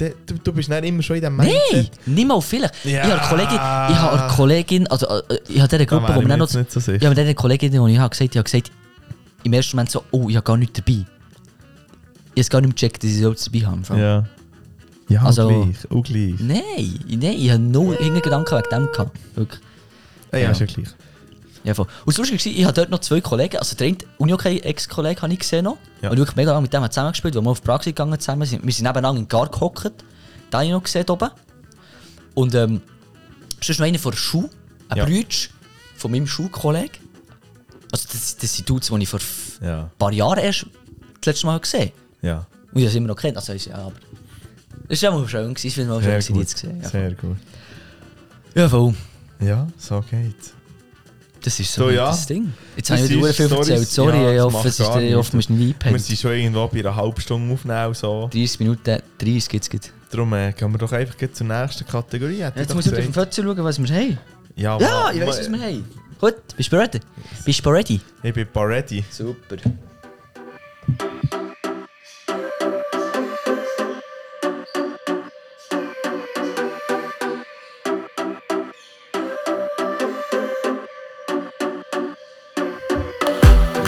[SPEAKER 2] de, du, du bist nicht immer schon nou in dem
[SPEAKER 1] Nein,
[SPEAKER 2] Mindset.
[SPEAKER 1] nicht mal vielleicht.
[SPEAKER 2] Ja.
[SPEAKER 1] Ich habe eine Kollegin, ich habe eine Kollegin, also äh, ich habe dieser
[SPEAKER 2] Da
[SPEAKER 1] Gruppe,
[SPEAKER 2] wäre
[SPEAKER 1] wo
[SPEAKER 2] ich
[SPEAKER 1] wir
[SPEAKER 2] mir
[SPEAKER 1] noch,
[SPEAKER 2] jetzt nicht so sicher.
[SPEAKER 1] ich habe dieser Kollegin, die ich habe gesagt, ich habe gesagt, im ersten Moment so, oh, ich habe gar nichts dabei. Ich habe es gar nicht gecheckt, dass ich es auch dabei habe. im Fall.
[SPEAKER 2] Ja. Ja,
[SPEAKER 1] Also-
[SPEAKER 2] gleich, auch gleich.
[SPEAKER 1] Mm. Nein, nein, ich habe nur irgendeinen Gedanken wegen dem gehabt. Wirklich.
[SPEAKER 2] Ja,
[SPEAKER 1] Ja.
[SPEAKER 2] ist ja gleich.
[SPEAKER 1] Ja, voll. Und sonst war, ich habe dort noch zwei Kollegen, also der eine Uniokai-Ex-Kollege habe ich gesehen noch.
[SPEAKER 2] Ja.
[SPEAKER 1] Und wirklich mega lange mit dem haben wir zusammengespielt, wo wir auf die Praxis gegangen zusammen sind. Wir sind nebeneinander in den Gar gehockt. Den habe ich noch gesehen oben. Und ähm, sonst noch einer von der Schuh, ein
[SPEAKER 2] Ja.
[SPEAKER 1] Brütsch von meinem Schuhkollegen. Also das, das sind Dudes, die ich vor f- ein
[SPEAKER 2] Ja,
[SPEAKER 1] paar Jahren erst das letzte Mal gesehen habe.
[SPEAKER 2] ja.
[SPEAKER 1] Und ich habe es immer noch kennt, also ist ja, aber... Es war ja mal schön, gewesen, es war mal schön,
[SPEAKER 2] Sehr
[SPEAKER 1] gewesen, die
[SPEAKER 2] gut.
[SPEAKER 1] zu sehen. Ja.
[SPEAKER 2] Sehr gut.
[SPEAKER 1] Ja, voll.
[SPEAKER 2] Ja, so geht's.
[SPEAKER 1] Das ist so,
[SPEAKER 2] So, ja.
[SPEAKER 1] das Ding. Jetzt
[SPEAKER 2] Das
[SPEAKER 1] habe ich wieder
[SPEAKER 2] ist
[SPEAKER 1] viel
[SPEAKER 2] Storys.
[SPEAKER 1] erzählt. Sorry,
[SPEAKER 2] Ja,
[SPEAKER 1] ich
[SPEAKER 2] das
[SPEAKER 1] hoffe,
[SPEAKER 2] macht
[SPEAKER 1] es ist,
[SPEAKER 2] gar
[SPEAKER 1] ich hoffe, man ist nicht
[SPEAKER 2] Wir
[SPEAKER 1] eingepennt.
[SPEAKER 2] sind schon irgendwo bei einer halben Stunde aufnehmen. So.
[SPEAKER 1] 30 Minuten, 30 gibt es. Jetzt
[SPEAKER 2] Darum äh, gehen wir doch einfach gleich zur nächsten Kategorie. hätte ich doch
[SPEAKER 1] muss ich auf den
[SPEAKER 2] gesagt.
[SPEAKER 1] Fötzel schauen, was wir haben. Ja,
[SPEAKER 2] ja, ma-
[SPEAKER 1] ich weiß,
[SPEAKER 2] ma-
[SPEAKER 1] was wir haben. Gut, bist du bereit? Bist du ready?
[SPEAKER 2] Ich bin Paretti.
[SPEAKER 1] Super.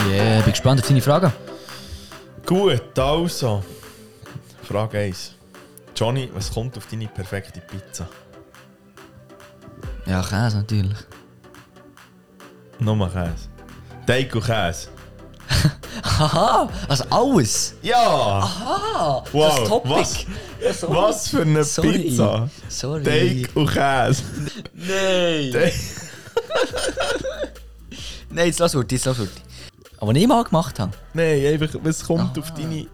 [SPEAKER 1] Yeah, bin gespannt auf deine Fragen.
[SPEAKER 2] Gut, also. Frage 1. Johnny, was kommt auf deine perfekte Pizza?
[SPEAKER 1] Ja, Käse natürlich.
[SPEAKER 2] Nur Käse. Teig und Käse.
[SPEAKER 1] Haha, also alles.
[SPEAKER 2] Ja!
[SPEAKER 1] Ah,
[SPEAKER 2] Wow,
[SPEAKER 1] das Topic.
[SPEAKER 2] was-
[SPEAKER 1] Ja, sorry.
[SPEAKER 2] Was für eine
[SPEAKER 1] Sorry.
[SPEAKER 2] Pizza!
[SPEAKER 1] Sorry.
[SPEAKER 2] Teig und Käse.
[SPEAKER 1] Nein.
[SPEAKER 2] Teig-
[SPEAKER 1] Nein, jetzt lass gut, jetzt lass gut. Aber was ich mal gemacht habe.
[SPEAKER 2] Nein, einfach, was
[SPEAKER 1] Ah.
[SPEAKER 2] kommt auf deine...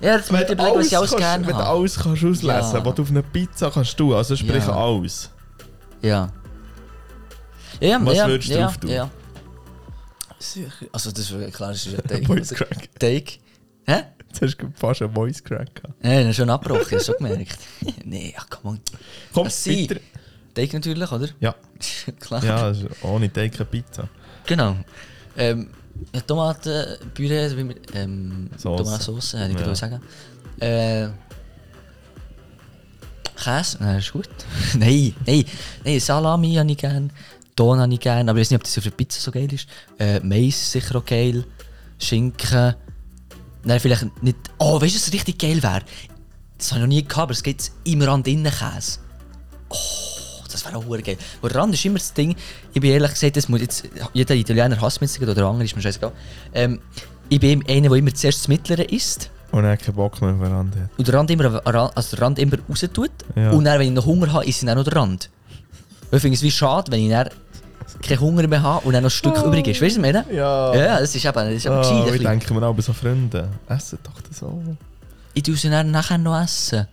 [SPEAKER 1] Ja, jetzt muss ich
[SPEAKER 2] du
[SPEAKER 1] überlegen, was ich alles
[SPEAKER 2] kannst,
[SPEAKER 1] gerne
[SPEAKER 2] wenn du
[SPEAKER 1] habe.
[SPEAKER 2] alles kannst auslesen
[SPEAKER 1] Ja.
[SPEAKER 2] was du auf einer Pizza kannst tun, also sprich
[SPEAKER 1] Ja.
[SPEAKER 2] alles.
[SPEAKER 1] Ja. Ja,
[SPEAKER 2] Was
[SPEAKER 1] ja,
[SPEAKER 2] würdest du
[SPEAKER 1] ja,
[SPEAKER 2] drauf tun?
[SPEAKER 1] Ja. dus Sicher. Also das ist klar, das ist ein Take.
[SPEAKER 2] Voice
[SPEAKER 1] Also,
[SPEAKER 2] Crack.
[SPEAKER 1] Take. Hä?
[SPEAKER 2] Jetzt hast du fast einen Voice Crack gehabt.
[SPEAKER 1] Nein, das ist schon abgebrochen, hast du schon gemerkt. Nein, ach komm on.
[SPEAKER 2] Komm,
[SPEAKER 1] Was sie?
[SPEAKER 2] bitte.
[SPEAKER 1] Take natürlich, oder?
[SPEAKER 2] Ja,
[SPEAKER 1] klar.
[SPEAKER 2] ja also ohne Teig keine Pizza.
[SPEAKER 1] Genau. Ähm, ja, Tomatenpüree, wie wir. Ähm,
[SPEAKER 2] Sauce.
[SPEAKER 1] Tomatensauce, hätte ich
[SPEAKER 2] Ja.
[SPEAKER 1] ja. sagen. Äh, Käse, nein, ist gut. nein, nein, nein, Salami habe ich gern, Ton habe ich gern, aber ich weiß nicht, ob das auf der Pizza so geil ist. Äh, Mais sicher auch geil, Schinken. Nein, vielleicht nicht. Oh, weißt du, was richtig geil wäre? Das habe ich noch nie gehabt, aber es gibt im Rand innen Käse. Oh, das wäre auch hure geil. Weil Rand ist immer das Ding, ich bin ehrlich gesagt, das muss jetzt, jeder Italiener hasst mich jetzt gerade, oder der andere ist mir scheißegal. Ähm, ich bin einer, der immer zuerst das Mittlere isst
[SPEAKER 2] Und er hat keinen Bock mehr auf den Rand hat.
[SPEAKER 1] und den Rand immer, also den Rand immer raus tut.
[SPEAKER 2] Ja.
[SPEAKER 1] Und dann, wenn ich noch Hunger habe, esse ich dann noch den Rand. Weil ich finde es wie schade, wenn ich dann keinen Hunger mehr habe und dann noch ein Stück übrig ist. Weißt du, was ich meine?
[SPEAKER 2] Ja.
[SPEAKER 1] Ja, das ist eben, das ist eben gescheit, ein
[SPEAKER 2] Ah, wir
[SPEAKER 1] bisschen.
[SPEAKER 2] denken mir aber so Freunde, essen doch das auch.
[SPEAKER 1] Ich tue sie dann nachher noch essen.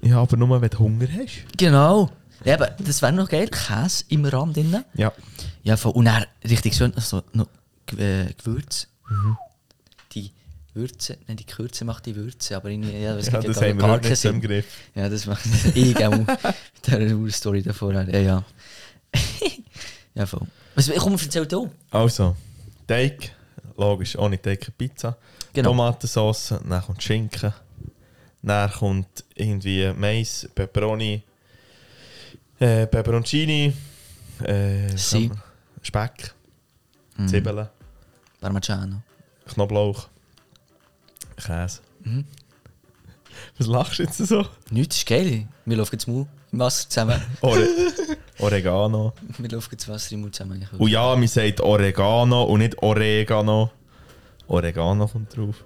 [SPEAKER 2] Ja, aber nur wenn du Hunger hast.
[SPEAKER 1] Genau. Ja, aber das wäre noch geil. Käse im Rand drin.
[SPEAKER 2] Ja.
[SPEAKER 1] Ja, voll. Und dann richtig schön, also noch G- äh, Gewürz.
[SPEAKER 2] Mhm.
[SPEAKER 1] Die Würze, nein, die Kürze macht die Würze, aber in, ja, es
[SPEAKER 2] Ja,
[SPEAKER 1] gibt
[SPEAKER 2] das
[SPEAKER 1] gar-
[SPEAKER 2] haben wir
[SPEAKER 1] gar
[SPEAKER 2] heute
[SPEAKER 1] keinen
[SPEAKER 2] nicht so
[SPEAKER 1] Sinn.
[SPEAKER 2] im Griff.
[SPEAKER 1] Ja, das macht ich auch. Der Urstory davor. Ja, ja. ja, voll. Was, komm, erzähl du.
[SPEAKER 2] Also, Teig, logisch, ohne Teig keine Pizza.
[SPEAKER 1] Genau.
[SPEAKER 2] Tomatensauce, dann kommt Schinken, dann kommt irgendwie Mais, Peperoni, äh, Peperoncini, äh, was
[SPEAKER 1] Sie.
[SPEAKER 2] haben wir? Speck,
[SPEAKER 1] Mhm.
[SPEAKER 2] Zwiebeln,
[SPEAKER 1] Parmigiano.
[SPEAKER 2] Knoblauch, Käse.
[SPEAKER 1] Mhm.
[SPEAKER 2] Was lachst du jetzt so?
[SPEAKER 1] Nichts ist geil. Wir laufen jetzt Mund im Wasser zusammen.
[SPEAKER 2] Ore Oregano.
[SPEAKER 1] Wir laufen jetzt Wasser im Mund zusammen.
[SPEAKER 2] Und ja, man sagt Oregano und nicht Oregano. Oregano kommt drauf.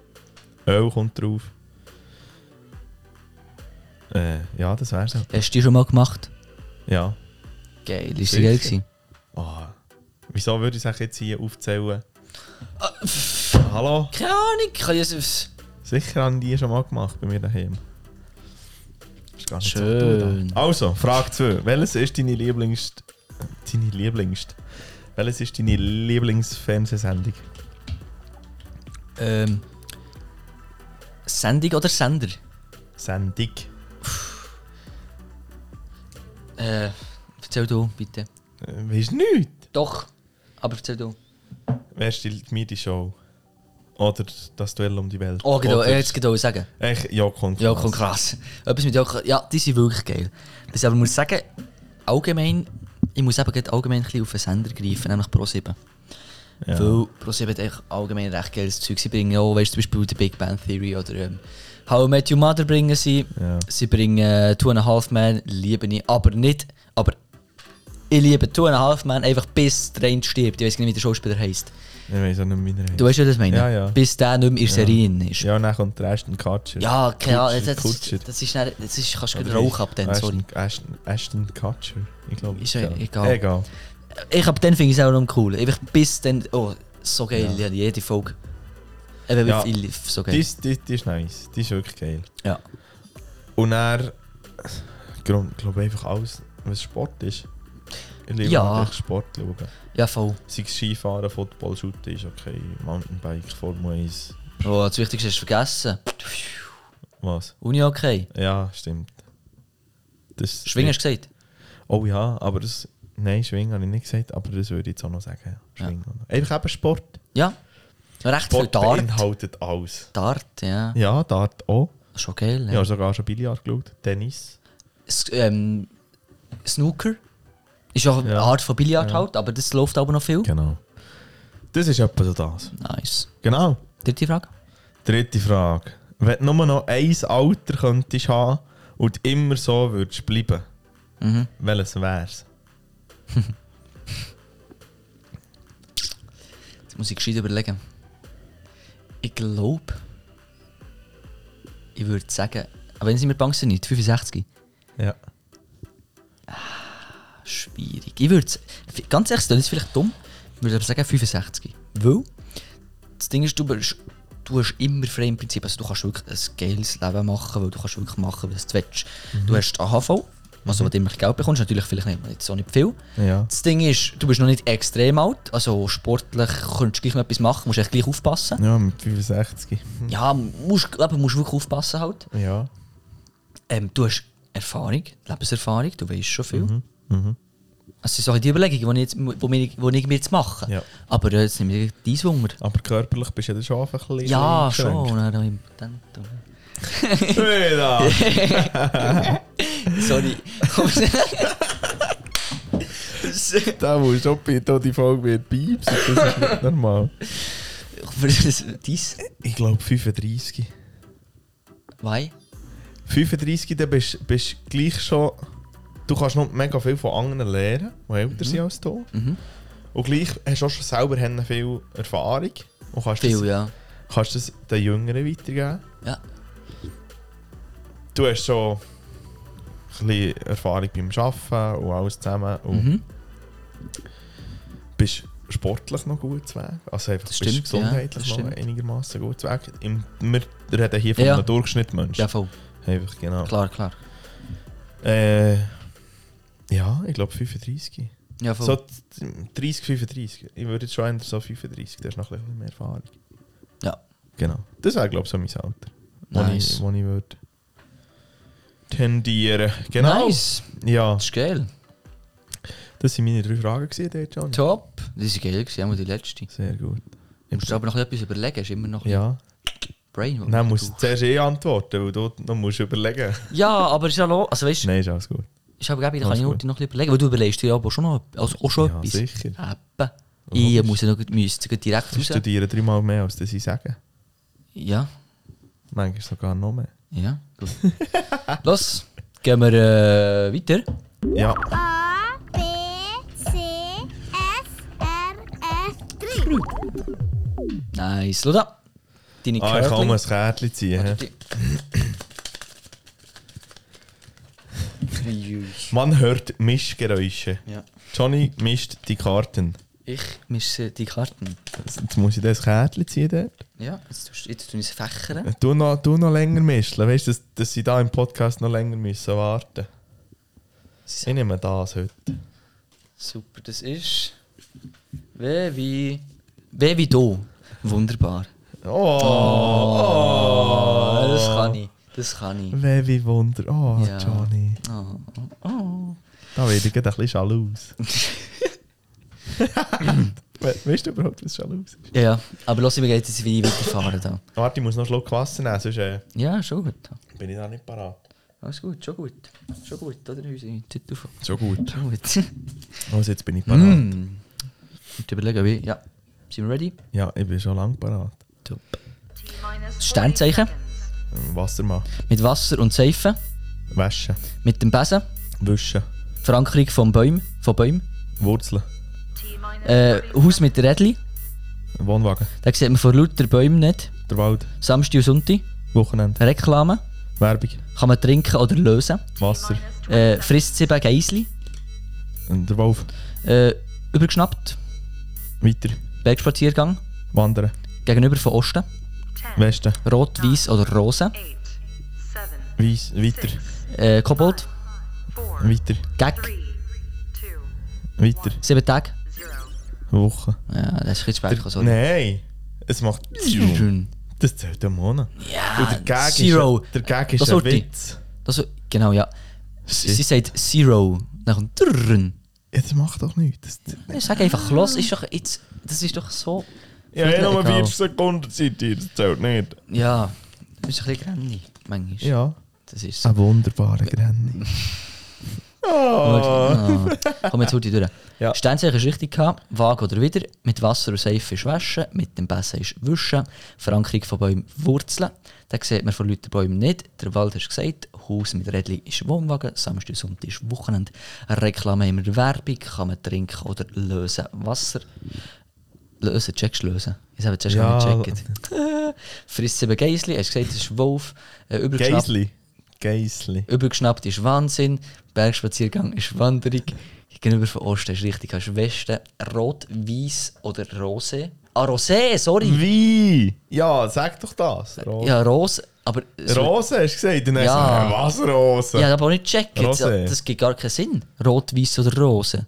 [SPEAKER 2] Öl kommt drauf. Äh, ja, das wär's. halt.
[SPEAKER 1] Hast du die schon mal gemacht?
[SPEAKER 2] Ja.
[SPEAKER 1] Geil, ist sie
[SPEAKER 2] Sicher.
[SPEAKER 1] geil gewesen.
[SPEAKER 2] Ah, Wieso würde ich es euch jetzt hier aufzählen? Hallo?
[SPEAKER 1] Keine Ahnung, kann ich es.
[SPEAKER 2] Sicher haben die schon mal gemacht bei mir daheim. Ist gar nicht so
[SPEAKER 1] Schön.
[SPEAKER 2] dumm. Also, Frage 2. Welches ist deine Lieblings... Deine Lieblings... Welches ist deine Lieblingsfernsehsendung?
[SPEAKER 1] Ähm, Sendung oder Sender?
[SPEAKER 2] Sendung.
[SPEAKER 1] Äh, erzähl du, bitte.
[SPEAKER 2] Äh, Weisst du nichts?
[SPEAKER 1] Doch, aber erzähl du.
[SPEAKER 2] Wer stellt mir die Show? Oder das Duell um die Welt?
[SPEAKER 1] Oh, genau,
[SPEAKER 2] Oder-
[SPEAKER 1] jetzt genau sagen.
[SPEAKER 2] Echt, ja, kommt.
[SPEAKER 1] Ja, komm, krass. Etwas mit Joko. Ja, die Dus sind wirklich geil. Was ich aber muss sagen, allgemein, ich muss eben gerade allgemein ein bisschen auf den Sender greifen, nämlich Pro7.
[SPEAKER 2] Ja.
[SPEAKER 1] Weil Pro7 hat echt allgemein recht geiles Zeug. Sie bringen auch, weißt du, zum Beispiel die Big Bang Theory oder ähm, How I Met Your Mother bringen sie.
[SPEAKER 2] Ja.
[SPEAKER 1] Sie bringen äh, Two and a Half Man, liebe ich, aber nicht, aber ich liebe Two and a Half Man einfach bis der eine stirbt. Ich weiß nicht, wie der Schauspieler heisst.
[SPEAKER 2] Ich weiß auch nicht mehr, wie er
[SPEAKER 1] Du
[SPEAKER 2] heisst.
[SPEAKER 1] weißt, was ich meine?
[SPEAKER 2] Ja, ja.
[SPEAKER 1] Bis der nicht mehr in der Serie drin ist.
[SPEAKER 2] Ja, und dann kommt der Ashton Kutcher.
[SPEAKER 1] Ja, keine Ahnung,
[SPEAKER 2] Kutscher,
[SPEAKER 1] das,
[SPEAKER 2] Kutscher.
[SPEAKER 1] das, das ist dann, das ist, kannst du
[SPEAKER 2] Oder
[SPEAKER 1] gerade Rauch ab dann, sorry.
[SPEAKER 2] Ashton, Ashton, Ashton Kutcher, ich glaube.
[SPEAKER 1] Ist
[SPEAKER 2] ja
[SPEAKER 1] ja egal.
[SPEAKER 2] Egal.
[SPEAKER 1] Ich ab dann finde ich es auch noch cool. Ich bis dann, oh, so geil,
[SPEAKER 2] Ja.
[SPEAKER 1] ja. jede Folge. Eben
[SPEAKER 2] Ja.
[SPEAKER 1] wie viel, so
[SPEAKER 2] Die,
[SPEAKER 1] geil.
[SPEAKER 2] ist, die, die ist nice, die ist wirklich geil.
[SPEAKER 1] Ja.
[SPEAKER 2] Und er, ich glaube einfach alles, was Sport ist. Ich liebe
[SPEAKER 1] Ja.
[SPEAKER 2] natürlich Sport schauen.
[SPEAKER 1] Ja, voll.
[SPEAKER 2] Sei es Skifahren, Football, Shooten ist okay. Mountainbike, Formel 1.
[SPEAKER 1] Oh, das Wichtigste ist vergessen.
[SPEAKER 2] Was?
[SPEAKER 1] Uni okay.
[SPEAKER 2] Ja, stimmt. Das
[SPEAKER 1] Schwingen hast du gesagt.
[SPEAKER 2] Oh ja, aber das. Nein, Schwingen habe ich nicht gesagt, aber das würde ich jetzt auch noch sagen. Schwingen. Einfach eben Sport.
[SPEAKER 1] Ja. Recht viel
[SPEAKER 2] Sport
[SPEAKER 1] Dart.
[SPEAKER 2] beinhaltet alles.
[SPEAKER 1] Dart, ja.
[SPEAKER 2] Ja, Dart auch.
[SPEAKER 1] Das ist schon geil. Ja.
[SPEAKER 2] Ja. Ich habe sogar schon Billard geschaut. Tennis.
[SPEAKER 1] S ähm, Snooker. Ist auch eine
[SPEAKER 2] Ja.
[SPEAKER 1] Art von Billard halt, aber das läuft aber noch viel.
[SPEAKER 2] Genau. Das ist etwa so das.
[SPEAKER 1] Nice.
[SPEAKER 2] Genau.
[SPEAKER 1] Dritte Frage.
[SPEAKER 2] Dritte Frage. Wenn du nur noch ein Alter könntest haben und immer so würdest bleiben,
[SPEAKER 1] Mhm.
[SPEAKER 2] welches wär's?
[SPEAKER 1] Jetzt muss ich gescheit überlegen. Ich glaube, ich würde sagen, aber wenn sie mir bang sind, nicht 65.
[SPEAKER 2] Ja.
[SPEAKER 1] Ah, Schwierig. Ich würde ganz ehrlich, das ist vielleicht dumm, ich würde aber sagen 65. Weil, das Ding ist, du bist, du hast immer frei im Prinzip, also du kannst wirklich ein geiles Leben machen, weil du kannst wirklich machen, was du willst. Du hast AHV, also wo du immer Geld bekommst, natürlich vielleicht nicht, jetzt auch nicht viel.
[SPEAKER 2] Ja.
[SPEAKER 1] Das Ding ist, du bist noch nicht extrem alt, also sportlich könntest du gleich noch etwas machen, musst echt gleich aufpassen.
[SPEAKER 2] Ja, mit 65.
[SPEAKER 1] Ja, musst, aber musst wirklich aufpassen halt.
[SPEAKER 2] Ja.
[SPEAKER 1] Ähm, du hast Erfahrung, Lebenserfahrung, du weißt schon viel.
[SPEAKER 2] Mhm,
[SPEAKER 1] Das sind so halt die Überlegungen, die ich, jetzt, wo mir, wo ich mir jetzt mache.
[SPEAKER 2] Ja.
[SPEAKER 1] Aber äh, jetzt nehme ich dein Wunder.
[SPEAKER 2] Aber körperlich bist du ja dann schon einfach ein bisschen
[SPEAKER 1] Ja,
[SPEAKER 2] eingeschränkt.
[SPEAKER 1] schon. Dann, im- dann, dann.
[SPEAKER 2] Wieder.
[SPEAKER 1] Sorry.
[SPEAKER 2] Da musst du bitte die Folge wird piepsen, das ist nicht normal.
[SPEAKER 1] Aber das- Dies?
[SPEAKER 2] Ich glaube 35.
[SPEAKER 1] Why?
[SPEAKER 2] 35, dann bist du gleich schon... Du kannst noch mega viel von anderen lernen, die älter sind als du.
[SPEAKER 1] Mhm.
[SPEAKER 2] Und gleich hast du auch schon selber haben viel Erfahrung. Und kannst,
[SPEAKER 1] Viel,
[SPEAKER 2] das,
[SPEAKER 1] ja.
[SPEAKER 2] kannst das den Jüngeren weitergeben.
[SPEAKER 1] Ja.
[SPEAKER 2] Du hast schon ein bisschen Erfahrung beim Arbeiten und alles zusammen. Und
[SPEAKER 1] Mhm.
[SPEAKER 2] bist sportlich noch gut zu Weg. Also einfach
[SPEAKER 1] Das
[SPEAKER 2] bist
[SPEAKER 1] stimmt,
[SPEAKER 2] gesundheitlich
[SPEAKER 1] ja, das
[SPEAKER 2] noch
[SPEAKER 1] stimmt.
[SPEAKER 2] einigermaßen gut zu Weg. Im, wir reden hier von
[SPEAKER 1] Ja.
[SPEAKER 2] einem Durchschnittmensch.
[SPEAKER 1] Ja, voll.
[SPEAKER 2] Einfach, genau.
[SPEAKER 1] Klar, klar.
[SPEAKER 2] Äh, ja, ich glaube 35.
[SPEAKER 1] Ja, voll.
[SPEAKER 2] So 30, 35. Ich würde jetzt schon eher so 35, da ist noch ein bisschen mehr Erfahrung.
[SPEAKER 1] Ja.
[SPEAKER 2] Genau. Das wäre, glaube ich, so mein Alter. Wo
[SPEAKER 1] Nice.
[SPEAKER 2] ich, wo ich würde tendieren. Genau.
[SPEAKER 1] Nice.
[SPEAKER 2] Ja,
[SPEAKER 1] Das ist geil.
[SPEAKER 2] das waren meine drei Fragen, gewesen, dort, John.
[SPEAKER 1] Top. Das war geil, gewesen, auch mal die letzte.
[SPEAKER 2] Sehr gut.
[SPEAKER 1] Du musst aber noch etwas überlegen, hast immer noch ein
[SPEAKER 2] Ja.
[SPEAKER 1] Brain. was
[SPEAKER 2] Nein,
[SPEAKER 1] du
[SPEAKER 2] musst du zuerst eh antworten, weil du noch musst überlegen.
[SPEAKER 1] Ja, aber ist ja lo also weißt,
[SPEAKER 2] Nein, ist alles gut.
[SPEAKER 1] ist aber gäbe, da kann
[SPEAKER 2] Alles
[SPEAKER 1] ich
[SPEAKER 2] gut.
[SPEAKER 1] heute noch ein bisschen überlegen, weil du überlegst dir ja aber schon noch, also auch schon
[SPEAKER 2] Ja,
[SPEAKER 1] etwas.
[SPEAKER 2] sicher.
[SPEAKER 1] Eben.
[SPEAKER 2] Logisch.
[SPEAKER 1] Ich muss ja noch müsste gleich direkt
[SPEAKER 2] Ich
[SPEAKER 1] raus.
[SPEAKER 2] studiere dreimal mehr, als das ich sage.
[SPEAKER 1] Ja,
[SPEAKER 2] Manchmal sogar noch mehr.
[SPEAKER 1] ja. Gut. Los, gehen wir äh, weiter.
[SPEAKER 2] Ja,
[SPEAKER 4] A, B, C, S, R, F, 3.
[SPEAKER 1] Nice, Luda. Deine
[SPEAKER 2] ah, ich kann mal
[SPEAKER 1] Körperli-
[SPEAKER 2] ein Kärtchen ziehen. hä? Man hört Mischgeräusche.
[SPEAKER 1] Ja.
[SPEAKER 2] Johnny mischt die Karten.
[SPEAKER 1] Ich mische eh, die Karten.
[SPEAKER 2] Jetzt muss ich das Kärtchen ziehen dort.
[SPEAKER 1] Ja, dus- jetzt tust jetzt tue ich sie fächern.
[SPEAKER 2] Du noch, du noch länger mischeln. Weißt du, dass, dass sie da im Podcast noch länger müssen warten Ich nehme das heute.
[SPEAKER 1] Super, das ist. Wie wie. Wie wie du. Wunderbar.
[SPEAKER 2] Oh!
[SPEAKER 1] Ah, das kann ich. Das kann ich.
[SPEAKER 2] Wer wie Wunder. Oh,
[SPEAKER 1] Ja.
[SPEAKER 2] Johnny.
[SPEAKER 1] Oh, oh.
[SPEAKER 2] Da werde ich gerade ein bisschen schalus. We weißt du überhaupt, was schalus ist?
[SPEAKER 1] Ja, ja. Aber lass mich jetzt wie ich weiterfahren. Da.
[SPEAKER 2] Warte, ich muss noch einen Schluck Wasser nehmen, sonst äh,
[SPEAKER 1] Ja, schon gut.
[SPEAKER 2] bin ich da nicht parat.
[SPEAKER 1] Alles gut, schon gut. Schon gut, oder? Unsere Titel.
[SPEAKER 2] So gut.
[SPEAKER 1] Schon gut.
[SPEAKER 2] Also jetzt bin ich parat.
[SPEAKER 1] Mm. Ich überlege, wie. Ja. Sind wir ready?
[SPEAKER 2] Ja, ich bin schon lange parat.
[SPEAKER 1] Top. Sternzeichen.
[SPEAKER 2] Ähm, Wasser mal.
[SPEAKER 1] Mit Wasser und Seife.
[SPEAKER 2] Waschen.
[SPEAKER 1] Mit dem Besen.
[SPEAKER 2] Wischen.
[SPEAKER 1] Frankreich von Bäumen. Von Bäumen.
[SPEAKER 2] Wurzeln.
[SPEAKER 1] Äh, Haus mit Rädli.
[SPEAKER 2] Wohnwagen.
[SPEAKER 1] Da sieht man vor lauter Bäumen nicht.
[SPEAKER 2] Der Wald.
[SPEAKER 1] Samstag und Sonntag.
[SPEAKER 2] Wochenende.
[SPEAKER 1] Reklame.
[SPEAKER 2] Werbung.
[SPEAKER 1] Kann man trinken oder lösen.
[SPEAKER 2] Wasser.
[SPEAKER 1] Äh, frisst sieben Geisli.
[SPEAKER 2] Und Der Wolf.
[SPEAKER 1] Äh, übergeschnappt.
[SPEAKER 2] Weiter.
[SPEAKER 1] Bergspaziergang.
[SPEAKER 2] Wandern.
[SPEAKER 1] Gegenüber von Osten.
[SPEAKER 2] Westen.
[SPEAKER 1] Rot, Weiß oder Rosa.
[SPEAKER 2] Weiss. Weiter.
[SPEAKER 1] Eh, Äh, Kobold.
[SPEAKER 2] Weiter.
[SPEAKER 1] Gag.
[SPEAKER 2] Weiter.
[SPEAKER 1] Sieben Tage?
[SPEAKER 2] Eine Woche.
[SPEAKER 1] Ja, das ist ein bisschen spät gekommen, sorry.
[SPEAKER 2] Nein. Es macht. Das zählt einen Monat.
[SPEAKER 1] Ja,
[SPEAKER 2] Und der Gag
[SPEAKER 1] Zero.
[SPEAKER 2] ist, der Gag ist
[SPEAKER 1] Das
[SPEAKER 2] ein
[SPEAKER 1] sollte-
[SPEAKER 2] Witz.
[SPEAKER 1] Das, genau, ja. Sie,
[SPEAKER 2] Shit.
[SPEAKER 1] sie sagt Zero. Dann kommt Drrrn.
[SPEAKER 2] Ja, das macht doch nichts. Das,
[SPEAKER 1] Ich sage einfach, los, ist doch jetzt, das ist doch so.
[SPEAKER 2] ja, ich habe nur
[SPEAKER 1] Egal.
[SPEAKER 2] 40 Sekunden Zeit, hier, das zählt nicht.
[SPEAKER 1] Ja, das ist ein bisschen granny, manchmal.
[SPEAKER 2] Ja,
[SPEAKER 1] Das ist so.
[SPEAKER 2] ein wunderbarer Granny. Oh.
[SPEAKER 1] Ah. Komm, jetzt hol die durch.
[SPEAKER 2] Ja.
[SPEAKER 1] Sternzeichen ist richtig gehabt. Waage oder wieder. Mit Wasser und Seife ist waschen. Mit dem Besser ist wischen. Verankerung von Bäumen wurzeln. Da sieht man von Leuten Bäumen nicht. Der Wald hast du gesagt. Haus mit Rädli ist Wohnwagen. Samstag, und Sonntag ist Wochenende. Reklame immer Werbung. Kann man trinken oder lösen. Wasser. Lösen, checkst du lösen. Ich habe es erst
[SPEAKER 2] Ja,
[SPEAKER 1] gar nicht gecheckt. Frissen bei Geisli. Hast du gesagt, das ist Wolf. Äh, übergeschnappt-
[SPEAKER 2] Geisli. Geisli.
[SPEAKER 1] Übergeschnappt ist Wahnsinn, Bergspaziergang ist Wanderung, gegenüber von Osten ist richtig, hast Westen, Rot, Weiß oder Rosé. Ah, Rosé,
[SPEAKER 2] Mhm.
[SPEAKER 1] sorry!
[SPEAKER 2] Wie? Ja, sag doch das. Rose.
[SPEAKER 1] Ja, Rose, aber... es-
[SPEAKER 2] Rose hast du gesagt? Und dann
[SPEAKER 1] Ja.
[SPEAKER 2] ja. was Rose?
[SPEAKER 1] Ja, aber auch nicht checken, das,
[SPEAKER 2] Rosé.
[SPEAKER 1] das gibt gar keinen Sinn. Rot, Weiß oder Rose.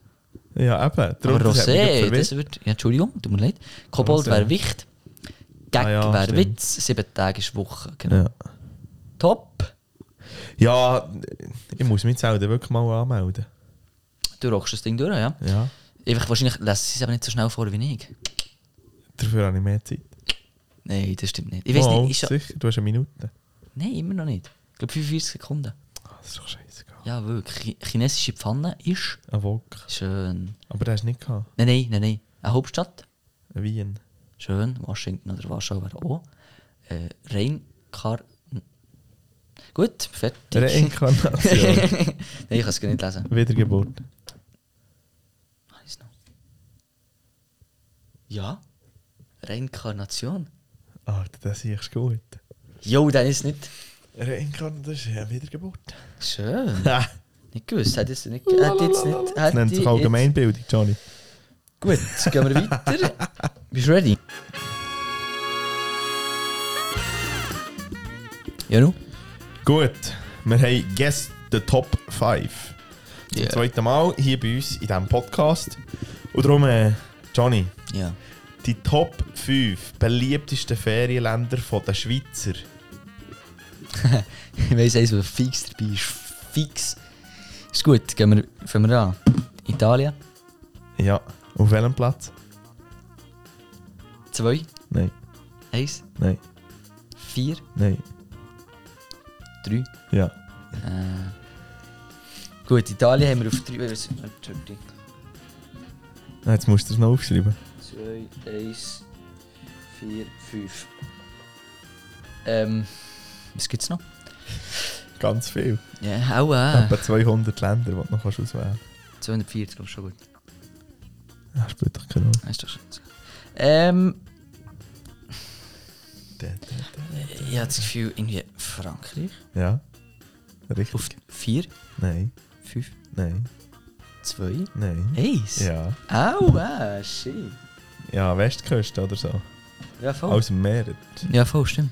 [SPEAKER 2] Ja, eben. Darum,
[SPEAKER 1] Aber
[SPEAKER 2] das hat mich
[SPEAKER 1] Rosé,
[SPEAKER 2] verwirrt.
[SPEAKER 1] das wird... Ja, Entschuldigung, tut mir leid. Kobold
[SPEAKER 2] Rosé.
[SPEAKER 1] wäre Wicht, Gag
[SPEAKER 2] Ah ja,
[SPEAKER 1] wäre
[SPEAKER 2] stimmt.
[SPEAKER 1] Witz, sieben Tage ist Woche, genau.
[SPEAKER 2] Ja.
[SPEAKER 1] Top!
[SPEAKER 2] ja, ich muss mich jetzt auch dann wirklich mal anmelden.
[SPEAKER 1] Du rockst das Ding durch, ja.
[SPEAKER 2] Ja,
[SPEAKER 1] Einfach wahrscheinlich lässt sie es aber nicht so schnell vor wie ich.
[SPEAKER 2] dafür habe ich mehr Zeit.
[SPEAKER 1] Nein, das stimmt nicht. Ich weiß
[SPEAKER 2] Mal,
[SPEAKER 1] nicht, ist ja...
[SPEAKER 2] sicher, du hast eine Minute.
[SPEAKER 1] Nein, immer noch nicht. Ich glaube 45 Sekunden.
[SPEAKER 2] Ah, Das ist doch scheißegal.
[SPEAKER 1] Ja, wirklich. Chi- Chinesische Pfanne ist
[SPEAKER 2] Ein Wok.
[SPEAKER 1] schön.
[SPEAKER 2] Aber den hast du nicht gehabt.
[SPEAKER 1] Nein, nein, nein, nein. Eine Hauptstadt.
[SPEAKER 2] Ein Wien.
[SPEAKER 1] Schön. Washington oder Warschau wäre auch. Äh, Reinkar... Gut, fertig.
[SPEAKER 2] Reinkarnation.
[SPEAKER 1] nein, ich kann es gar nicht lesen.
[SPEAKER 2] Wiedergeburt.
[SPEAKER 1] Habe ich's noch? Ja. Reinkarnation.
[SPEAKER 2] Alter, das siehst du gut.
[SPEAKER 1] Jo, dann ist nicht...
[SPEAKER 2] Reinkarnation, das ist eine Wiedergeburt.
[SPEAKER 1] Schön.
[SPEAKER 2] Ha,
[SPEAKER 1] Nicht gewusst. Hätte ich jetzt nicht... Hätte ich jetzt nicht...
[SPEAKER 2] Das
[SPEAKER 1] Hätte
[SPEAKER 2] nennt sich
[SPEAKER 1] ich jetzt-
[SPEAKER 2] Allgemeinbildung, Johnny.
[SPEAKER 1] Gut, gehen wir weiter. Bist du ready? Ja, nu?
[SPEAKER 2] Gut, wir haben Guess the Top 5. Zum zweiten Mal hier bei uns in diesem Podcast. Und darum, äh, Johnny,
[SPEAKER 1] Ja.
[SPEAKER 2] die Top 5 beliebtesten Ferienländer von der Schweizer.
[SPEAKER 1] Ich weiss eins, was fix dabei ist. Fix. Ist gut, gehen wir, fangen wir an. Italien,
[SPEAKER 2] Ja, auf welchem Platz?
[SPEAKER 1] zwei,
[SPEAKER 2] Nein,
[SPEAKER 1] eins,
[SPEAKER 2] nein,
[SPEAKER 1] vier,
[SPEAKER 2] nein.
[SPEAKER 1] drei.
[SPEAKER 2] Ja.
[SPEAKER 1] Äh. Gut, Italien haben wir auf drei. was- Entschuldigung.
[SPEAKER 2] Ah, Jetzt musst du es noch aufschreiben.
[SPEAKER 1] Zwei, eins, vier, fünf. Ähm, was gibt's noch?
[SPEAKER 2] Ganz viel.
[SPEAKER 1] Ja, auch äh,
[SPEAKER 2] Etwa 200 Länder, die du noch kannst auswählen
[SPEAKER 1] 240, glaube ich, schon gut.
[SPEAKER 2] kannst. Ja, spielt doch keine Rolle.
[SPEAKER 1] Ah, Ist doch schon. Ähm,
[SPEAKER 2] Da, da,
[SPEAKER 1] ich habe das Gefühl, irgendwie Frankreich.
[SPEAKER 2] da. Ja. Richtig.
[SPEAKER 1] Auf 4,
[SPEAKER 2] Nein,
[SPEAKER 1] 5,
[SPEAKER 2] nein,
[SPEAKER 1] 2,
[SPEAKER 2] nein.
[SPEAKER 1] 1.
[SPEAKER 2] Ja.
[SPEAKER 1] Aua, shit.
[SPEAKER 2] Ja, Westküste oder so.
[SPEAKER 1] Ja, voll.
[SPEAKER 2] Aus dem Meer.
[SPEAKER 1] ja, voll, stimmt.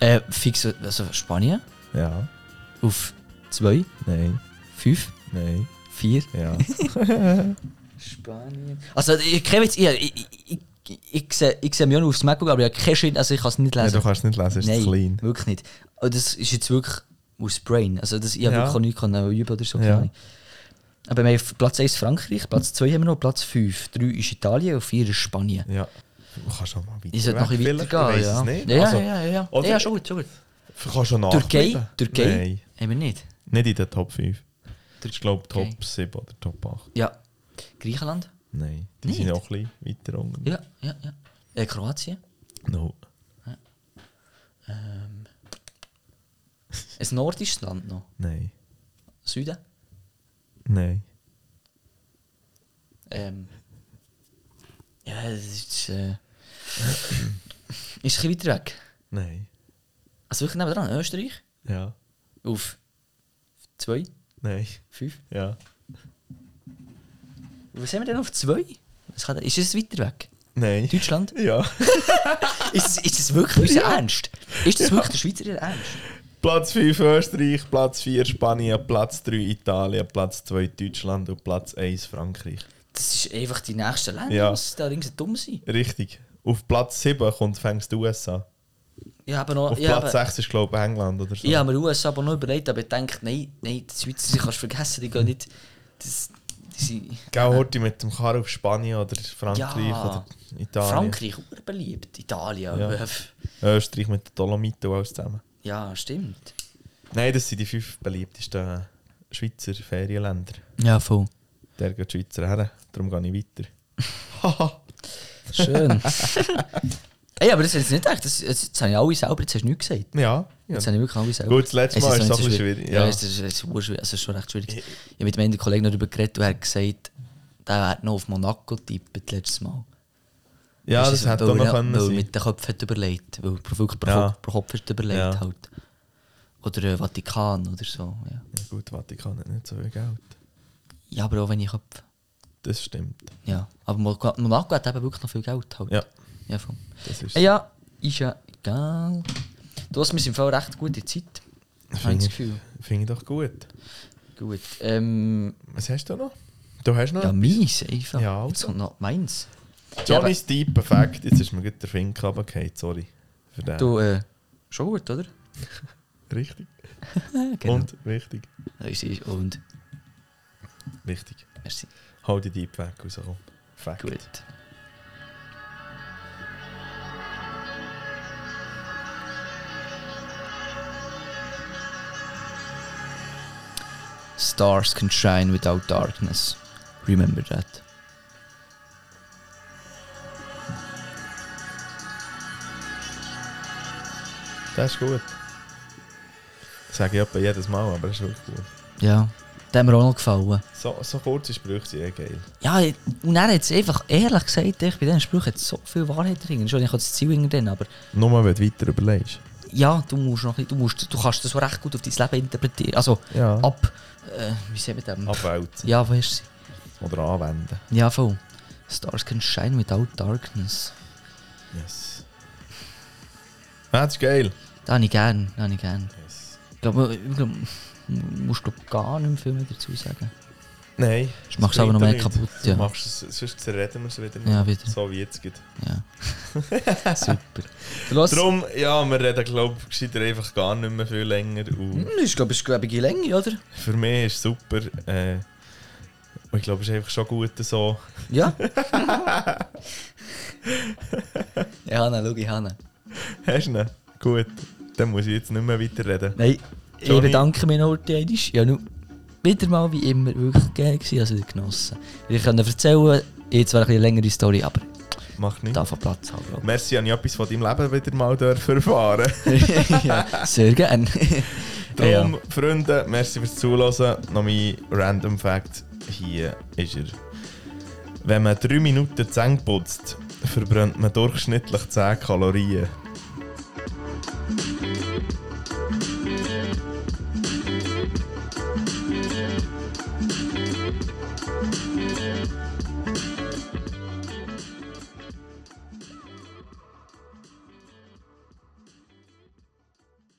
[SPEAKER 1] Äh, fix, also Spanien.
[SPEAKER 2] Ja,
[SPEAKER 1] Auf 2,
[SPEAKER 2] nein,
[SPEAKER 1] 5,
[SPEAKER 2] nein,
[SPEAKER 1] 4.
[SPEAKER 2] ja.
[SPEAKER 1] Spanien. Also, ich kenne jetzt, ich, ich, ich, ich, ich sehe ich sehe mich auch noch aufs Mac, aber ich habe keinen Schritt, also ich kann es nicht
[SPEAKER 2] ja.
[SPEAKER 1] lesen.
[SPEAKER 2] Du kannst nicht lesen, ist
[SPEAKER 1] Nein,
[SPEAKER 2] zu klein.
[SPEAKER 1] wirklich nicht. Aber das ist jetzt wirklich aus Brain. Also das, ich habe
[SPEAKER 2] Ja.
[SPEAKER 1] wirklich auch nichts können üben oder so. keine
[SPEAKER 2] Ja.
[SPEAKER 1] Ahnung. Aber wir haben auf Platz 1 Frankreich, Platz 2 haben wir noch, Platz 5, 3 ist Italien und 4 ist Spanien.
[SPEAKER 2] Ja. Du kannst schon mal weiter.
[SPEAKER 1] Ich sollte noch ein bisschen
[SPEAKER 2] Vielleicht, ich
[SPEAKER 1] weitergehen.
[SPEAKER 2] weiss
[SPEAKER 1] Ja.
[SPEAKER 2] Es nicht.
[SPEAKER 1] Ja,
[SPEAKER 2] also,
[SPEAKER 1] ja, ja, ja.
[SPEAKER 2] oder-
[SPEAKER 1] Ja, schon gut, schon gut.
[SPEAKER 2] Kannst schon
[SPEAKER 1] Türkei?
[SPEAKER 2] nachschauen.
[SPEAKER 1] Türkei?
[SPEAKER 2] Nein,
[SPEAKER 1] Haben wir nicht.
[SPEAKER 2] nicht in der Top 5. Ich glaube Top
[SPEAKER 1] Türkei.
[SPEAKER 2] 7 oder Top 8.
[SPEAKER 1] Ja. Griechenland?
[SPEAKER 2] Nein, die
[SPEAKER 1] Nicht?
[SPEAKER 2] sind noch ein bisschen weiter unten.
[SPEAKER 1] Ja, ja, ja. Äh, Kroatien?
[SPEAKER 2] No.
[SPEAKER 1] Ein nordisches Ehm, Land noch.
[SPEAKER 2] Nein,
[SPEAKER 1] Süden?
[SPEAKER 2] nein.
[SPEAKER 1] Ähm. Ja, das ist... Äh, ist ein bisschen weiter weg.
[SPEAKER 2] Nein.
[SPEAKER 1] Also wirklich nebenan, Österreich?
[SPEAKER 2] Ja.
[SPEAKER 1] Auf 2,
[SPEAKER 2] Nein.
[SPEAKER 1] 5.
[SPEAKER 2] Ja.
[SPEAKER 1] Was haben wir denn auf 2? Ist es weiter weg?
[SPEAKER 2] Nein.
[SPEAKER 1] Deutschland?
[SPEAKER 2] Ja.
[SPEAKER 1] ist, es, ist es wirklich unser Ernst? Ist das wirklich der Schweizer ihr Ernst?
[SPEAKER 2] Platz 5 Österreich, Platz 4 Spanien, Platz 3 Italien, Platz 2 Deutschland und Platz 1 Frankreich.
[SPEAKER 1] Das ist einfach die nächste Länder, die da ringsherum sind.
[SPEAKER 2] Richtig. Auf Platz 7 kommt fängst die USA.
[SPEAKER 1] Ich habe noch.
[SPEAKER 2] Auf
[SPEAKER 1] Ich
[SPEAKER 2] Platz
[SPEAKER 1] habe,
[SPEAKER 2] 6 ist glaube ich England oder so.
[SPEAKER 1] ich habe mir USA aber noch überlegt, aber ich denke, nein, nein, die Schweizer die kannst du vergessen, die gehen nicht. Das, die sind
[SPEAKER 2] Gell, heute mit dem Kar auf Spanien oder Frankreich
[SPEAKER 1] Ja.
[SPEAKER 2] oder Italien.
[SPEAKER 1] Frankreich überbeliebt, Italien.
[SPEAKER 2] Ja.
[SPEAKER 1] Ja.
[SPEAKER 2] Österreich mit den Dolomiten und alles zusammen.
[SPEAKER 1] stimmt.
[SPEAKER 2] Nein, das sind die fünf beliebtesten Schweizer Ferienländer.
[SPEAKER 1] Ja, voll.
[SPEAKER 2] Der geht die Schweizer her, darum gehe ich weiter.
[SPEAKER 1] Schön. Ey, aber das hätte ich nicht gedacht. Das, das, das habe ich alle selber, jetzt hast du nichts gesagt.
[SPEAKER 2] Ja. ja.
[SPEAKER 1] Jetzt habe ich wirklich alle selber.
[SPEAKER 2] Gut, das letzte
[SPEAKER 1] Es
[SPEAKER 2] Mal ist
[SPEAKER 1] noch
[SPEAKER 2] es
[SPEAKER 1] nicht
[SPEAKER 2] auch
[SPEAKER 1] so
[SPEAKER 2] schwierig,
[SPEAKER 1] Ja,
[SPEAKER 2] ja.
[SPEAKER 1] es ist, es ist ur schwierig. Es ist schon recht schwierig. Ich habe mit meinem Kollegen noch darüber geredet und er hat gesagt, der hat noch auf Monaco tippt letztes Mal.
[SPEAKER 2] Ja,
[SPEAKER 1] Weisst
[SPEAKER 2] das
[SPEAKER 1] du,
[SPEAKER 2] hätte
[SPEAKER 1] weil
[SPEAKER 2] auch noch
[SPEAKER 1] er-
[SPEAKER 2] können
[SPEAKER 1] genau weil er
[SPEAKER 2] sein.
[SPEAKER 1] mit den Köpfen hat überlegt. Weil er wirklich pro,
[SPEAKER 2] Ja.
[SPEAKER 1] Kopf- pro Kopf hat überlegt
[SPEAKER 2] Ja.
[SPEAKER 1] halt. Oder äh, Vatikan oder so. Ja.
[SPEAKER 2] Ja, gut, Vatikan hat nicht so viel Geld.
[SPEAKER 1] ja, aber auch wenn ich Köpfe.
[SPEAKER 2] Das stimmt.
[SPEAKER 1] Ja. Aber Monaco Monaco hat eben wirklich noch viel Geld halt.
[SPEAKER 2] Ja,
[SPEAKER 1] Ja, voll.
[SPEAKER 2] das ist
[SPEAKER 1] Äh, Ja, ist ja egal. Du hast mir im Fall recht gute Zeit. Habe ich das Gefühl.
[SPEAKER 2] Finde ich doch gut.
[SPEAKER 1] Gut. Ähm,
[SPEAKER 2] Was hast du noch? Du hast noch?
[SPEAKER 1] ja, meins einfach.
[SPEAKER 2] Ja,
[SPEAKER 1] Jetzt
[SPEAKER 2] also.
[SPEAKER 1] kommt noch meins. Ja, aber-
[SPEAKER 2] Johnny's Deep perfekt. Jetzt ist mir gut der Fink runtergefallen, sorry. Für den.
[SPEAKER 1] Du, äh, schon gut, oder?
[SPEAKER 2] Richtig.
[SPEAKER 1] Genau.
[SPEAKER 2] Und wichtig.
[SPEAKER 1] Und? Und.
[SPEAKER 2] Wichtig.
[SPEAKER 1] Merci.
[SPEAKER 2] Hau die Deep weg und so. Fact.
[SPEAKER 1] Gut. Stars can shine without darkness. Remember that.
[SPEAKER 2] Das ist gut. Das sage ich etwa jedes Mal, aber das ist wirklich gut.
[SPEAKER 1] Ja, der hat mir auch noch gefallen.
[SPEAKER 2] So, so kurze Sprüche sind eh geil.
[SPEAKER 1] Ja, ich- und er hat es einfach ehrlich gesagt, ich, bei diesen Sprüchen hat so viel Wahrheit drin. Schon, ich habe das Ziel hinter drin, aber
[SPEAKER 2] Nur mal, wenn du weiter überlegst.
[SPEAKER 1] ja, du musst noch ein bisschen- du, musst, du kannst das so recht gut auf dein Leben interpretieren. Also,
[SPEAKER 2] Ja.
[SPEAKER 1] ab, äh, wie sehen wir das?
[SPEAKER 2] Abwälzen.
[SPEAKER 1] Ja, weißt
[SPEAKER 2] Oder anwenden.
[SPEAKER 1] du. Ja, voll. Stars can shine without darkness.
[SPEAKER 2] Yes. Ah, das ist geil.
[SPEAKER 1] Das habe ich gern, das habe ich gern.
[SPEAKER 2] Yes.
[SPEAKER 1] Ich glaube, ich glaub, musst du gar nicht viel mehr dazu sagen.
[SPEAKER 2] Nein.
[SPEAKER 1] Du machst aber noch mehr
[SPEAKER 2] bringt nichts.
[SPEAKER 1] kaputt,
[SPEAKER 2] Du
[SPEAKER 1] ja.
[SPEAKER 2] machst es, sonst zerreden wir es wieder.
[SPEAKER 1] Ja, wieder.
[SPEAKER 2] So wie jetzt geht.
[SPEAKER 1] Ja. Super. Los.
[SPEAKER 2] Drum, ja, eh, wir reden, glaube ich, gescheiter einfach gar nicht mehr viel länger. Und
[SPEAKER 1] Hm, Das ist, glaube ich, eine gäbige Länge, oder?
[SPEAKER 2] Für mich ist es super. Äh, und ich glaube, es ist einfach schon gut so.
[SPEAKER 1] Ja. ja, Hanna, schau, ich Hanna.
[SPEAKER 2] Hast du ihn? Gut. Dann muss ich jetzt nicht mehr weiterreden.
[SPEAKER 1] Nein, ich
[SPEAKER 2] Johnny.
[SPEAKER 1] bedanke mich noch heute einmal. Ja, nur wieder mal wie immer wirklich geil gewesen, also wieder genossen. Ich kann erzählen, jetzt wäre ein bisschen eine längere Story, aber
[SPEAKER 2] Macht nichts.
[SPEAKER 1] davon Platz haben. glaub
[SPEAKER 2] Merci, habe ich etwas von deinem Leben wieder mal dürfen erfahren
[SPEAKER 1] ich. ja, sehr gerne.
[SPEAKER 2] Darum, Freunde, merci fürs Zuhören. Noch mein Random Fact hier ist er. Wenn man 3 Minuten Zähne putzt, verbrennt man durchschnittlich 10 Kalorien.